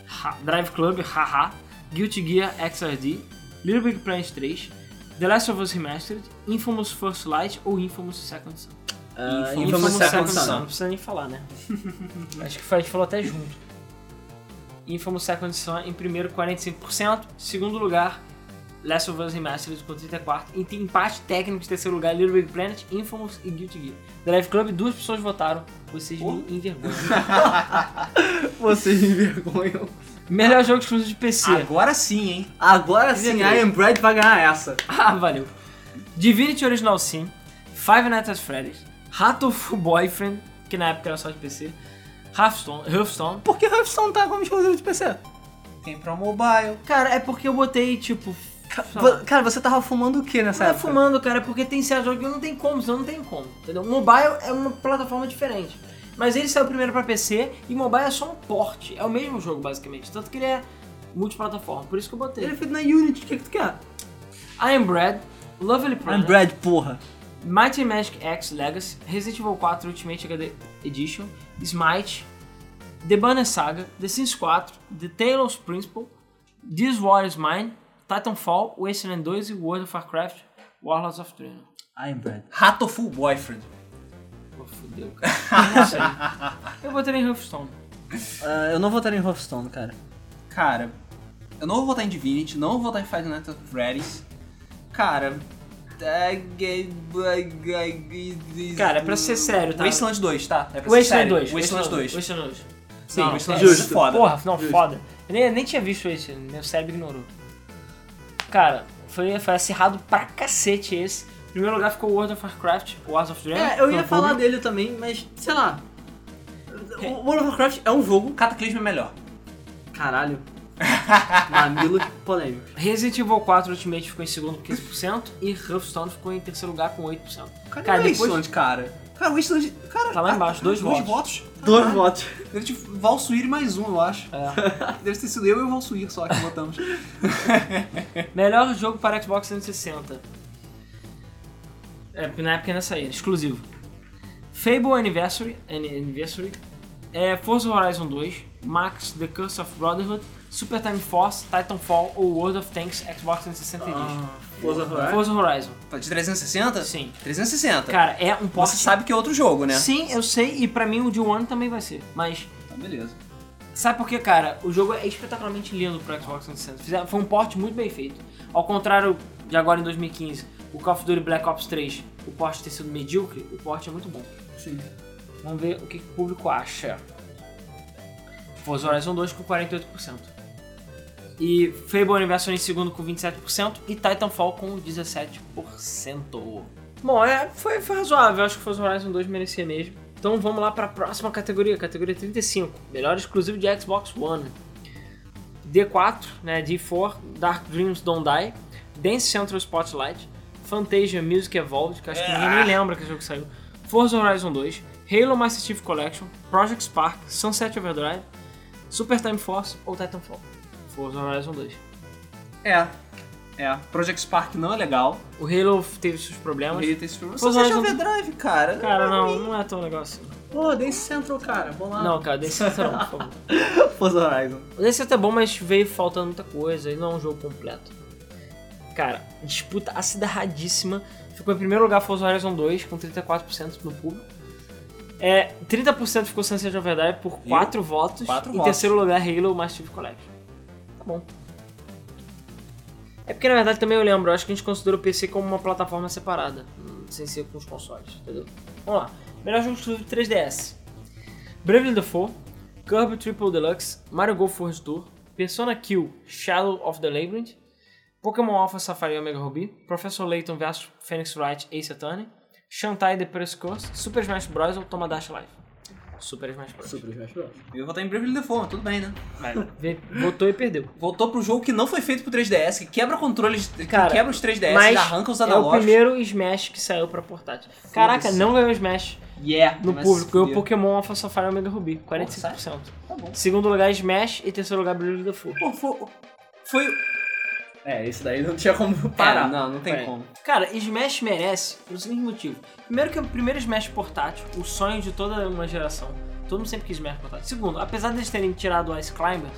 Ha- Drive Club, haha. Guilty Gear XRD. Little Big Planet 3. The Last of Us Remastered. Infamous First Light ou Infamous Second Son. Ah, Infamous Infamous Second Second Son. Não precisa nem falar, né? Acho que foi- a gente falou até junto. Infamous Second Son em primeiro, 45%. Segundo lugar, Last of Us Remastered com 34%. E tem empate técnico de terceiro lugar, Little Big Planet, Infamous e Guilty Gear. The Life Club, duas pessoas votaram. Vocês me envergonham. Vocês me vergonham. Melhor jogo exclusivo de PC. Agora sim, hein? Agora sim, I Am Brad vai ganhar essa. Ah, valeu. Divinity Original Sin, Five Nights at Freddy's, Hatoful Boyfriend, que na época era só de PC, Hearthstone, Hearthstone Por que Hearthstone tá como exclusivo de PC? Tem pra mobile. Cara, é porque eu botei, tipo. sei lá. Vo- Cara, você tava fumando o que nessa Não é época? fumando, cara, é porque tem certo jogo que não tem como, senão não tem como, entendeu? Mobile é uma plataforma diferente. Mas ele saiu primeiro pra PC e mobile é só um porte. É o mesmo jogo, basicamente. Tanto que ele é multiplataforma, por isso que eu botei. Ele é feito na Unity, o que, que tu quer? I Am Bread, Lovely Planet, I'm Brad, porra. Mighty Magic X Legacy, Resident Evil 4 Ultimate HD Edition, Smite, The Banner Saga, The Sims 4, The Talos Principle, This War Is Mine, Titanfall, Wasteland 2 e World of Warcraft, Warlords of Draenor. I Am Brad. Ratoful Boyfriend. Pô, fudeu, cara. Não sei. Eu votaria em Hearthstone. Ah, eu não votaria em Hearthstone, cara. Cara, eu não vou votar em Divinity, não vou votar em Five Nights at Freddy's. Cara. Cara, pra ser sério, tá? Wasteland 2, tá? É pra ser Wasteland sério. 2. Wasteland 2. Wasteland 2. Sim, Não, Wasteland é 2 é justo. foda. Porra, não, foda. Eu nem, nem tinha visto esse, meu cérebro ignorou. Cara, foi, foi acirrado pra cacete esse. Em primeiro lugar ficou World of Warcraft, Wars of Dragon. É, eu ia pelo falar público. dele também, mas sei lá. O World of Warcraft é um jogo. Cataclismo é melhor. Caralho. Mamilo polêmico. Resident Evil 4 Ultimate ficou em segundo com 15% e Hearthstone ficou em terceiro lugar com 8%. Cadê Cara, o depois- Wasteland, cara? Cara, o Wasteland. Cara, ah, Tá lá embaixo, dois votos. votos. Dois votos. Deve ter Valsuir mais um, eu acho. É. Deve ter sido eu e o Valsuir só que votamos. Melhor jogo para Xbox 360. É, porque na época ainda saía, exclusivo. Fable Anniversary, An- Anniversary é, Forza Horizon 2, Max The Curse of Brotherhood, Super Time Force, Titanfall ou World of Tanks Xbox 360 Edition. Forza Horizon. Forza Horizon, Tá de 360? sim. 360. Cara, é um Você porte... sabe que é outro jogo, né? Sim, eu sei, e pra mim o de One também vai ser, mas... Tá, beleza. Sabe por quê, cara? O jogo é espetacularmente lindo pro Xbox 360. Fizeram- Foi um porte muito bem feito. Ao contrário de agora em 2015, o Call of Duty Black Ops 3, o porte ter sido medíocre, o porte é muito bom. Sim. Vamos ver o que, que o público acha. Forza Horizon 2 com 48%. E Fable Anniversary em segundo com 27% e Titanfall com 17%. Bom, é, foi, foi razoável. Acho que Forza Horizon 2 merecia mesmo. Então vamos lá para a próxima categoria, categoria 35. Melhor exclusivo de Xbox One. D4, né, D4, Dark Dreams Don't Die, Dance Central Spotlight, Fantasia Music Evolved, que acho que ninguém nem lembra que jogo saiu, Forza Horizon 2, Halo Master Chief Collection, Project Spark, Sunset Overdrive, Super Time Force ou Titanfall. Forza Horizon 2. É. É. Project Spark não é legal. O Halo teve seus problemas. Ele tem esse problema. Pois Você é, deixa não- overdrive, cara. Cara, não, não é tão legal assim. Pô, Dance Central, cara. Vamos lá. Não, cara, Dance Central, por favor. Forza Horizon. O Dance Central é bom, mas veio faltando muita coisa e não é um jogo completo. Cara, disputa acidarradíssima. Ficou em primeiro lugar Forza Horizon 2, com 34% no público. É, 30% ficou Sunset Overdrive por 4 votos. Quatro em votos. terceiro lugar, Halo Master Chief Collection. Tá bom. É porque, na verdade, também eu lembro. eu acho que a gente considera o PC como uma plataforma separada. hum, Sem ser com os consoles, entendeu? Vamos lá. Melhor jogo exclusivo de 3DS. Bravely Default, Kirby Triple Deluxe, Mario Golf World Tour, Persona Q Shadow of the Labyrinth, Pokémon Alpha Safari Omega Ruby, Professor Layton vs Phoenix Wright Ace Attorney, Shantae The Press Curse, Super Smash Bros. ou Tomodachi Life? Super Smash Bros. Super Smash Bros. Eu vou votar em Bravely Default, mas tudo bem, né? Vê- Votou e perdeu. Voltou pro jogo que não foi feito pro 3DS, que quebra controles, que Cara, quebra os 3DS, Mas arranca os é o analógicos. primeiro Smash que saiu pra portátil. Caraca, não ganhou Smash Yeah, no vai público. é um se Ganhou fuder. Tá Pokémon Alpha Safari Omega Ruby, 45%. Segundo lugar, Smash e terceiro lugar, Brilho do Fogo. Pô, foi, foi- É, isso daí não tinha como parar. É, não, não tem É. como. Cara, Smash merece pelo seguinte motivo. Primeiro que é o primeiro Smash portátil, o sonho de toda uma geração. Todo mundo sempre quis Smash portátil. Segundo, apesar deles terem tirado o Ice Climbers,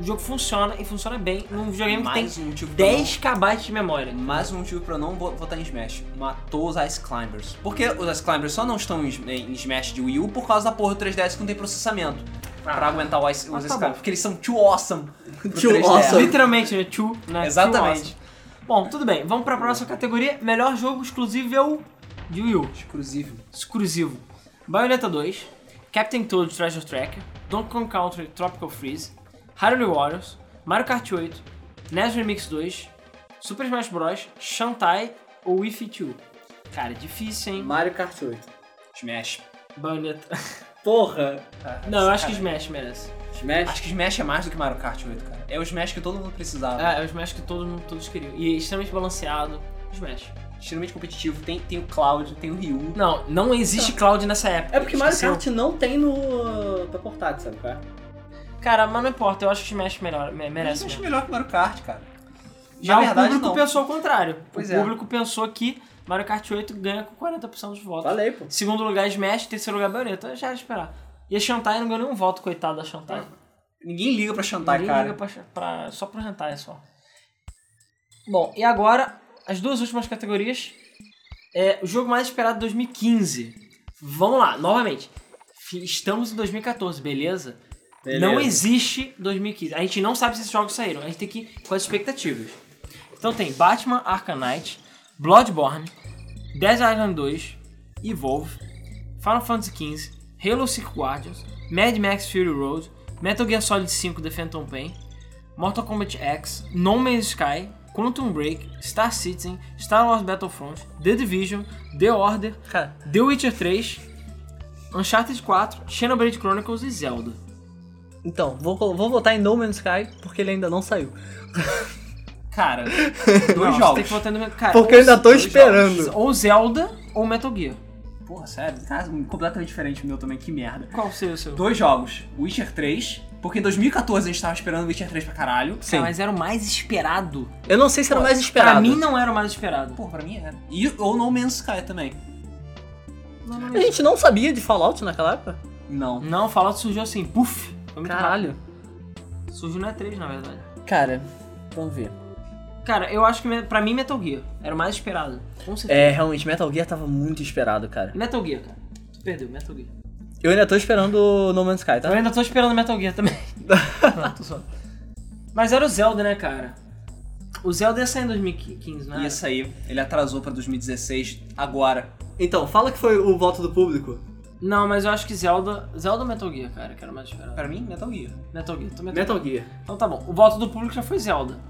o jogo funciona e funciona bem num videogame que tem Mais um motivo pra 10 KB de memória. não- mais um motivo pra eu não vo- votar em Smash. Matou os Ice Climbers. Porque os Ice Climbers só não estão em, Sm- em Smash de Wii U por causa da porra do 3DS que não tem processamento. pra aguentar o Ice, os mas Ice tá Climbers. bom. Porque eles são too awesome. pro Too 3DS. awesome. Literalmente, né? Two, né? Exatamente. Two awesome. Bom, tudo bem. Vamos pra próxima categoria. Melhor jogo exclusivo é o de Wii U. Exclusivo. exclusivo Bayonetta 2, Captain Toad Treasure Tracker, Donkey Kong Country Tropical Freeze, Hyrule Warriors, Mario Kart 8, NES Remix 2, Super Smash Bros, Shantae ou Wii Fit 2. Cara, difícil, hein? Mario Kart 8. Smash. Bayonetta. Porra! É, Não, eu acho que Smash merece. Smash? Acho que Smash é mais do que Mario Kart 8, cara. É o Smash que todo mundo precisava. É, é o Smash que todo mundo, todos queriam. E é extremamente balanceado. Smash. extremamente competitivo. Tem, tem o Cloud, tem o Ryu. Não, não existe Cloud nessa época. É porque Mario Esqueceu. Kart não tem no. pra portátil, sabe? é? Cara? Cara, mas não importa, eu acho que Smash melhor, me- merece. Eu acho mesmo. é melhor que Mario Kart, cara. Já Na o verdade, público não. pensou ao contrário. Pois o é. público pensou que Mario Kart 8 ganha com 40% dos votos. Falei, pô. Segundo lugar, Smash. Terceiro lugar, Bayonetta. Eu já ia esperar. E a Shantae não ganhou nenhum voto, coitada da Shantae. Ninguém liga pra Shantae, Ninguém cara. liga pra, Sha- pra- só pro Hentai, só. Bom, e é agora, as duas últimas categorias. É, o jogo mais esperado de 2015. Vamos lá, novamente. Fi- Estamos em 2014, beleza? Não existe 2015. A gente não sabe se esses jogos saíram. A gente tem que ir com as expectativas. Então tem Batman Arkham Knight, Bloodborne, Dead Island 2, Evolve, Final Fantasy XV, Halo 5 Guardians, Mad Max Fury Road, Metal Gear Solid 5 The Phantom Pain, Mortal Kombat X, No Man's Sky, Quantum Break, Star Citizen, Star Wars Battlefront, The Division, The Order, Cara, The Witcher 3, Uncharted 4, Xenoblade Chronicles e Zelda. então, vou, colo- vou votar em No Man's Sky porque ele ainda não saiu. Cara, Não, dois você jogos. tem que botar no meu- cara, Porque ou- eu ainda tô dois esperando. jogos. Ou Zelda ou Metal Gear. Porra, sério, tá completamente diferente o meu também, que merda. Qual seria o seu? Dois jogos, Witcher 3, porque em 2014 a gente tava esperando Witcher 3 pra caralho. Sim. Ah, mas era o mais esperado. Eu não sei se era o mais Pra esperado. mim não era o mais esperado. Porra, pra mim era. E ou No Man's Sky também. A gente não sabia de Fallout naquela época. Não. Não, Fallout surgiu assim, puf. Foi muito Caralho. rápido. Surgiu na E3, na verdade. Cara, vamos ver. Cara, eu acho que me- pra mim Metal Gear era o mais esperado. Com certeza. É, realmente, Metal Gear tava muito esperado, cara. Metal Gear, cara. Tu perdeu, Metal Gear. Eu ainda tô esperando No Man's Sky, Eu tá? ainda tô esperando Metal Gear também. Não, tô só. Mas era o Zelda, né, cara? O Zelda ia sair em 2015, né? Ia sair. Ele atrasou pra 2016 agora. Então, fala que foi o voto do público. Não, mas eu acho que Zelda. Zelda ou Metal Gear, cara, que era o mais esperado. Pra mim, Metal Gear. Metal Gear, tô Metal, Metal Gear. Então tá bom. O voto do público já foi Zelda.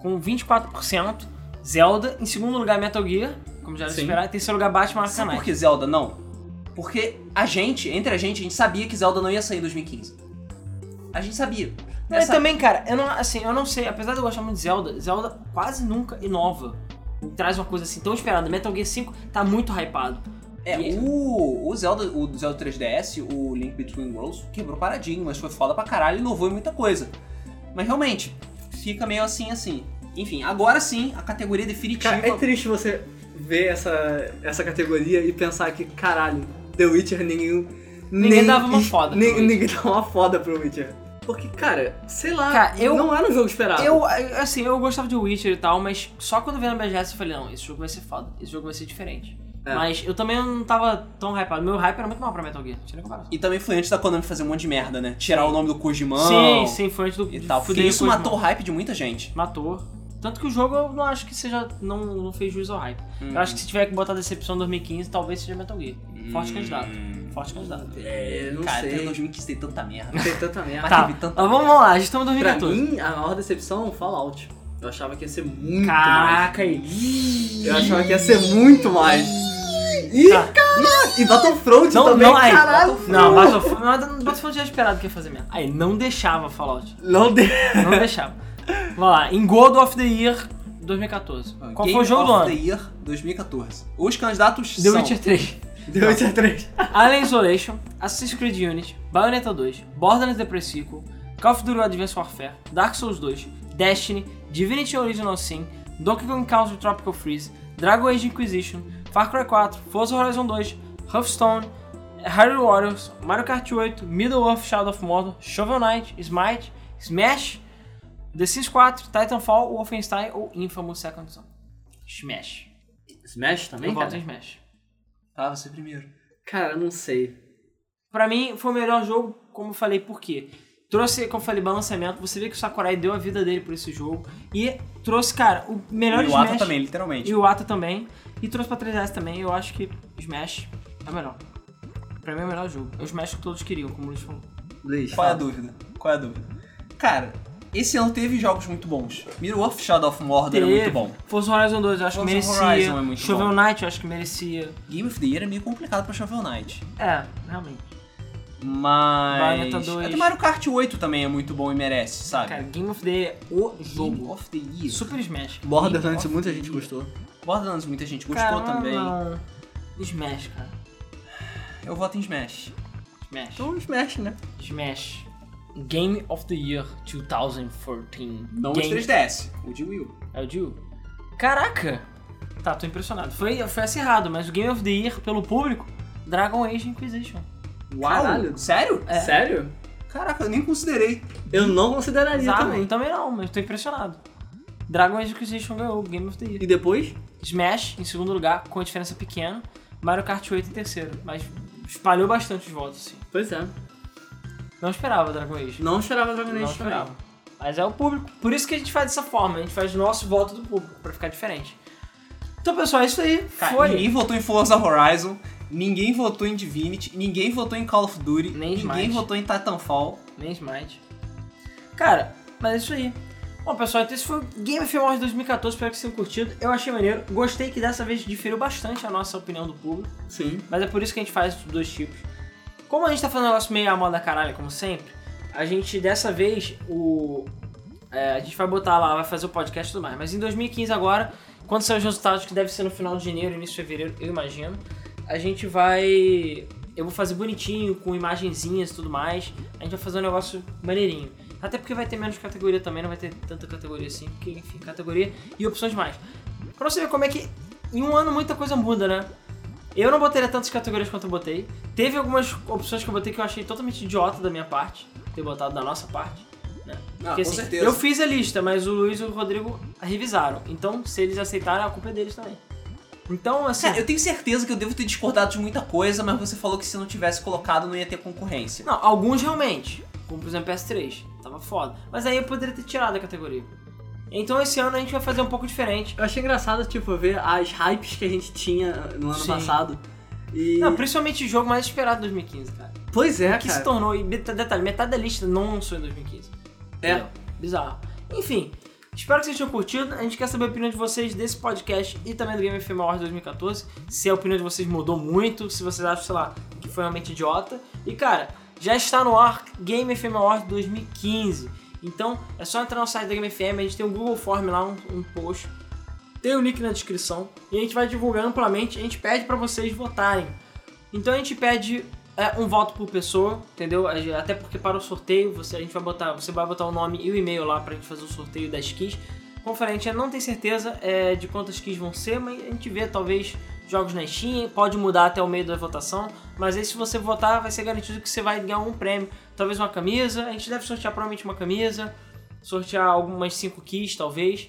Com 24%, Zelda. Em segundo lugar, Metal Gear, como já era Sim. esperado. Em terceiro lugar, Batman Arkham Sabe por Knight. que Zelda não? Porque a gente, entre a gente, a gente sabia que Zelda não ia sair em 2015. A gente sabia. É, Mas então, Essa- É, também, cara, eu não, assim, eu não sei, apesar de eu gostar muito de Zelda, Zelda quase nunca inova. Traz uma coisa assim tão esperada. Metal Gear 5 tá muito hypado. É, o, o Zelda, o Zelda 3DS, o Link Between Worlds, quebrou paradigmas, foi foda pra caralho, inovou em muita coisa. Mas realmente, fica meio assim, assim. Enfim, agora sim, a categoria definitiva. Cara, Tipo- é triste você ver essa, essa categoria e pensar que, caralho, The Witcher ninguém. Ninguém nem- dava uma foda nem- pro Witcher. Ninguém dava uma foda pro Witcher. Porque, cara, sei lá, Cara, eu- não era um jogo esperado. Eu, assim, eu gostava de Witcher e tal, mas só quando eu vi na BGS eu falei, não, esse jogo vai ser foda, esse jogo vai ser diferente. É. Mas eu também não tava tão hypado. Meu hype era muito mal pra Metal Gear, não tinha nem comparação. E também foi antes da Konami fazer um monte de merda, né? Tirar o nome do Kojimão Sim, sim, foi antes do e tal. Porque fudeu isso depois, matou o hype de muita gente. mano. Matou. Tanto que o jogo eu não acho que seja. Não, não fez juízo ao hype. Eu acho que se tiver que botar decepção em 2015, talvez seja Metal Gear. Hum. Forte Hum. candidato. Forte candidato. É, não Cara, até sei. 2015 tem tanta merda. Tem tanta merda. Tá, teve tanta mas vamos lá, a gente estamos em Pra 2014. mim, a maior decepção é o Fallout. Eu achava que ia ser muito Caraca, mais. aí. Eu achava que ia ser muito mais. Ih, Tá. cara! E Battlefront Não, também, não, aí. caralho! Não, Battlefront, mas Battlefront já era esperado que ia fazer mesmo. Aí, não deixava Fallout. Não deu. Não deixava. Vamos lá, em God of the Year 2014. Qual Ah, Game foi o jogo do of the ano? Year 2014. Os candidatos The são... Witcher 3. Deu 8 a 3. Alien Isolation, Assassin's Creed Unity, Bayonetta 2, Borderlands The Pre-Sequel, Call of Duty Advanced Warfare, Dark Souls 2, Destiny, Divinity Original Sin, Donkey Kong Country Tropical Freeze, Dragon Age Inquisition, Far Cry 4, Forza Horizon 2, Hearthstone, Harry Warriors, Mario Kart 8, Middle-earth Shadow of Mordor, Shovel Knight, Smite, Smash, The Sims 4, Titanfall, Wolfenstein ou Infamous Second Son. Smash. Smash também, Eu voto em cara? Smash. Ah, você primeiro. Cara, eu não sei. Pra mim, foi o melhor jogo, como eu falei, por quê? Trouxe, como eu falei, balanceamento. Você vê que o Sakurai deu a vida dele por esse jogo. E trouxe, cara, o melhor e o Smash. Ata também, literalmente. E o Ata também. E trouxe pra 3DS também. Eu acho que Smash é o melhor. Pra mim é o melhor jogo. É o Smash que todos queriam, como o Luiz falou. Luiz. Qual é a fala. dúvida? Qual é a dúvida? Cara, esse ano teve jogos muito bons. Middle-earth Shadow of Mordor é muito Teve. bom. Forza Horizon 2 eu acho Forza que merecia. Horizon é muito Shovel bom. Knight eu acho que merecia. Game of the Year é meio complicado pra Shovel Knight. É, realmente. Mas... Bayonetta 2. Até Mario tá Kart 8 também é muito bom e merece, sabe? Cara, Game of the Year é o Game jogo. of the Year. Super Smash. Borderlands muita gente gostou. Borderlands muita gente gostou Cara, não, também. não. Smash, cara. Eu voto em Smash. Smash. Então Smash, né? Smash Game of the Year 2014. Não os Game... 3DS. O de Wii U. É o Jill? Caraca! Tá, tô impressionado. Foi, foi acirrado, mas o Game of the Year, pelo público, Dragon Age Inquisition. Uau! Caralho. Sério? É. Sério? Caraca, eu nem considerei. Ah, Eu não consideraria Bizarro, também. também não, mas tô impressionado. Dragon Age Inquisition ganhou o Game of the Year. E depois? Smash, em segundo lugar, com a diferença pequena. Mario Kart 8 em terceiro, mas espalhou bastante os votos, assim. Pois é. Não esperava Dragon Age. Não cheirava Dragon Age Não também. esperava. Mas é o público. Por isso que a gente faz dessa forma, a gente faz o nosso voto do público, pra ficar diferente. Então, pessoal, é isso aí. Cara, Foi. ninguém votou em Forza Horizon, ninguém votou em Divinity, ninguém votou em Call of Duty, Nem ninguém Smite. votou em Titanfall. Nem Smite. Cara, mas é isso aí. Bom, pessoal, então esse foi o Game Film Awards 2014. Espero que vocês tenham curtido. Eu achei maneiro. Gostei que dessa vez diferiu bastante a nossa opinião do público. Sim. Mas é por isso que a gente faz dos dois tipos. Como a gente tá fazendo um negócio meio à moda caralho, como sempre, a gente dessa vez o. é, a gente vai botar lá, vai fazer o podcast e tudo mais. Mas em 2015 agora, quando sair os resultados, que deve ser no final de janeiro, início de fevereiro, eu imagino, a gente vai. Eu vou fazer bonitinho, com imagenzinhas e tudo mais. A gente vai fazer um negócio maneirinho. Até porque vai ter menos categoria também, não vai ter tanta categoria assim, porque, enfim, categoria e opções mais. Pra você ver como é que em um ano muita coisa muda, né? Eu não botaria tantas categorias quanto eu botei. Teve algumas opções que eu botei que eu achei totalmente idiota da minha parte, ter botado da nossa parte. Né? Ah, com certeza. Eu fiz a lista, mas o Luiz e o Rodrigo revisaram. Então, se eles aceitaram, a culpa é deles também. Então, assim. É, Cara, eu tenho certeza que eu devo ter discordado de muita coisa, mas você falou que se não tivesse colocado não ia ter concorrência. Não, alguns realmente. Como por exemplo PS3. Tava foda. Mas aí eu poderia ter tirado a categoria. Então esse ano a gente vai fazer um pouco diferente. Eu achei engraçado, tipo, ver as hypes que a gente tinha no ano Sim. passado. E. Não, principalmente o jogo mais esperado de 2015, cara. pois é, que cara. se tornou. E meta- detalhe, metade da lista não lançou em 2015. É. Entendeu? Bizarro. Enfim, espero que vocês tenham curtido. A gente quer saber a opinião de vocês desse podcast e também do Game FM Awards 2014. Se a opinião de vocês mudou muito, se vocês acham, sei lá, que foi realmente idiota. E cara, já está no ar Game FM Awards 2015. Então é só entrar no site da Game FM, a gente tem um Google Form lá, um, um post. Tem o link na descrição e a gente vai divulgar amplamente. A gente pede para vocês votarem. Então a gente pede é, um voto por pessoa, entendeu? A gente- Até porque para o sorteio você a gente vai botar, você vai botar o nome e o e-mail lá pra gente fazer o sorteio das keys. Conferente, não tem certeza é, de quantas keys vão ser, mas a gente vê talvez jogos na Steam, pode mudar até o meio da votação, mas aí se você votar vai ser garantido que você vai ganhar um prêmio, talvez uma camisa, a gente deve sortear provavelmente uma camisa, sortear algumas 5 keys talvez,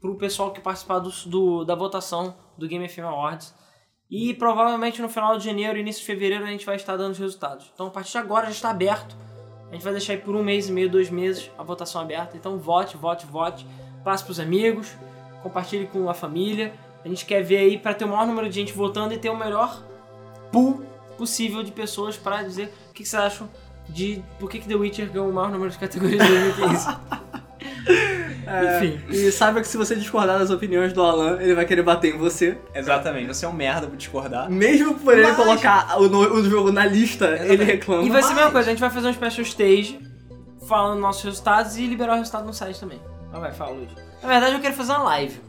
pro pessoal que participar do, do- da votação do Game FM Awards. E provavelmente no final de janeiro, início de fevereiro, a gente vai estar dando os resultados. Então a partir de agora já está aberto. A gente vai deixar aí por um mês e meio, dois meses a votação aberta. Então vote, vote, vote. Passe pros amigos, compartilhe com a família. A gente quer ver aí para ter o maior número de gente votando e ter o melhor pool possível de pessoas para dizer o que, que vocês acham de por que, que The Witcher ganhou o maior número de categorias de 2015. É, Enfim. E saiba que se você discordar das opiniões do Alan, ele vai querer bater em você. Exatamente, você é um merda por discordar. Mesmo por ele Mas- colocar o, no- o jogo na lista, ele reclama. E vai ser a mesma coisa, a gente vai fazer um special stage falando nossos resultados e liberar o resultado no site também. Ah, vai, fala, Luiz. Na verdade, eu quero fazer uma live.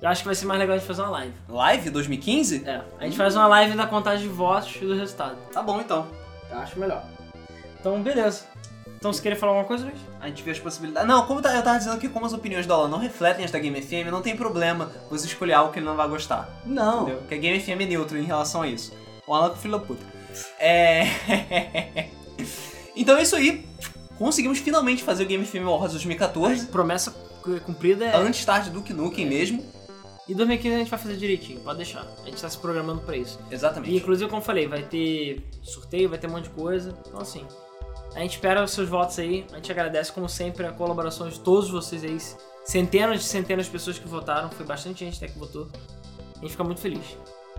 Eu acho que vai ser mais legal a gente fazer uma live. Live 2015? É, a gente faz uma live da contagem de votos e do resultado. Tá bom então. Eu acho melhor. Então, beleza. Então, você queria falar alguma coisa, Luiz? A gente vê as possibilidades. Não, como eu ta- eu tava dizendo que como as opiniões do Alan não refletem as da Game FM, não tem problema você escolher algo que ele não vai gostar. Não. Entendeu? Porque a Game FM é neutro em relação a isso. O Alan é filho da puta. É. então é isso aí. Conseguimos finalmente fazer o Game FM Awards 2014. Promessa cu- cumprida é. Antes tarde do que É. Nukem mesmo. E 2015 a gente vai fazer direitinho, pode deixar. A gente tá se programando pra isso. E Exatamente. inclusive, como eu falei, vai ter sorteio, vai ter um monte de coisa. Então, assim, a gente espera os seus votos aí. A gente agradece, como sempre, a colaboração de todos vocês aí. Centenas e centenas de pessoas que votaram. Foi bastante gente até que votou. A gente fica muito feliz.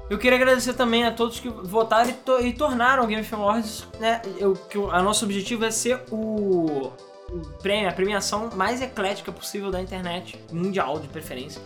Eu queria agradecer também a todos que votaram e, to- e tornaram o Game Film Awards, né? Eu, que o a nosso objetivo é ser o, o prêmio, a premiação mais eclética possível da internet, mundial de preferência.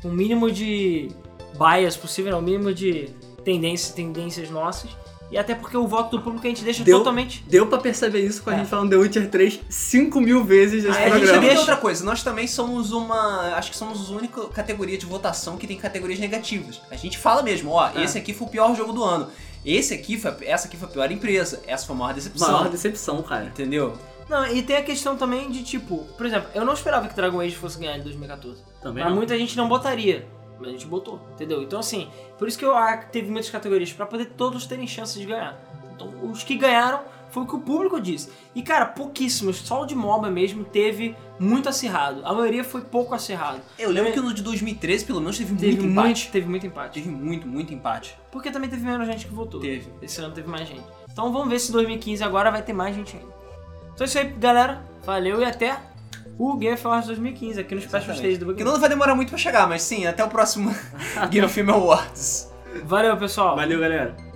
Com o mínimo de bias possível, né? o mínimo de tendências, tendências nossas. E até porque o voto do público a gente deixa Deu- totalmente. Deu pra perceber isso com a É. gente falando The Witcher 3 5 mil vezes nesse Ah, a gente programa. também tem outra coisa, nós também somos uma. Acho que somos a única categoria de votação que tem categorias negativas. A gente fala mesmo, ó, É. esse aqui foi o pior jogo do ano. Esse aqui foi. Essa aqui foi a pior empresa. Essa foi a maior decepção. Maior decepção, cara. Entendeu? Não, e tem a questão também de tipo, por exemplo, eu não esperava que Dragon Age fosse ganhar em 2014. Também. Mas muita gente não botaria. Mas a gente botou, entendeu? Então, assim, por isso que eu acho que teve muitas categorias, pra poder todos terem chance de ganhar. Então, os que ganharam foi o que o público disse. E cara, pouquíssimos, só o de MOBA mesmo teve muito acirrado. A maioria foi pouco acirrado. Eu É. lembro que no de 2013, pelo menos, teve, Teve muito empate. teve muito empate. Teve muito, muito empate. Porque também teve menos gente que votou. Teve. Esse ano teve mais gente. Então vamos ver se 2015 agora vai ter mais gente ainda. Então é isso aí, galera. Valeu e até o Game of Thrones 2015 aqui no Special Stage do Que Bug. não vai demorar muito pra chegar, mas sim, até o próximo Game Film Awards. Valeu, pessoal. Valeu, galera.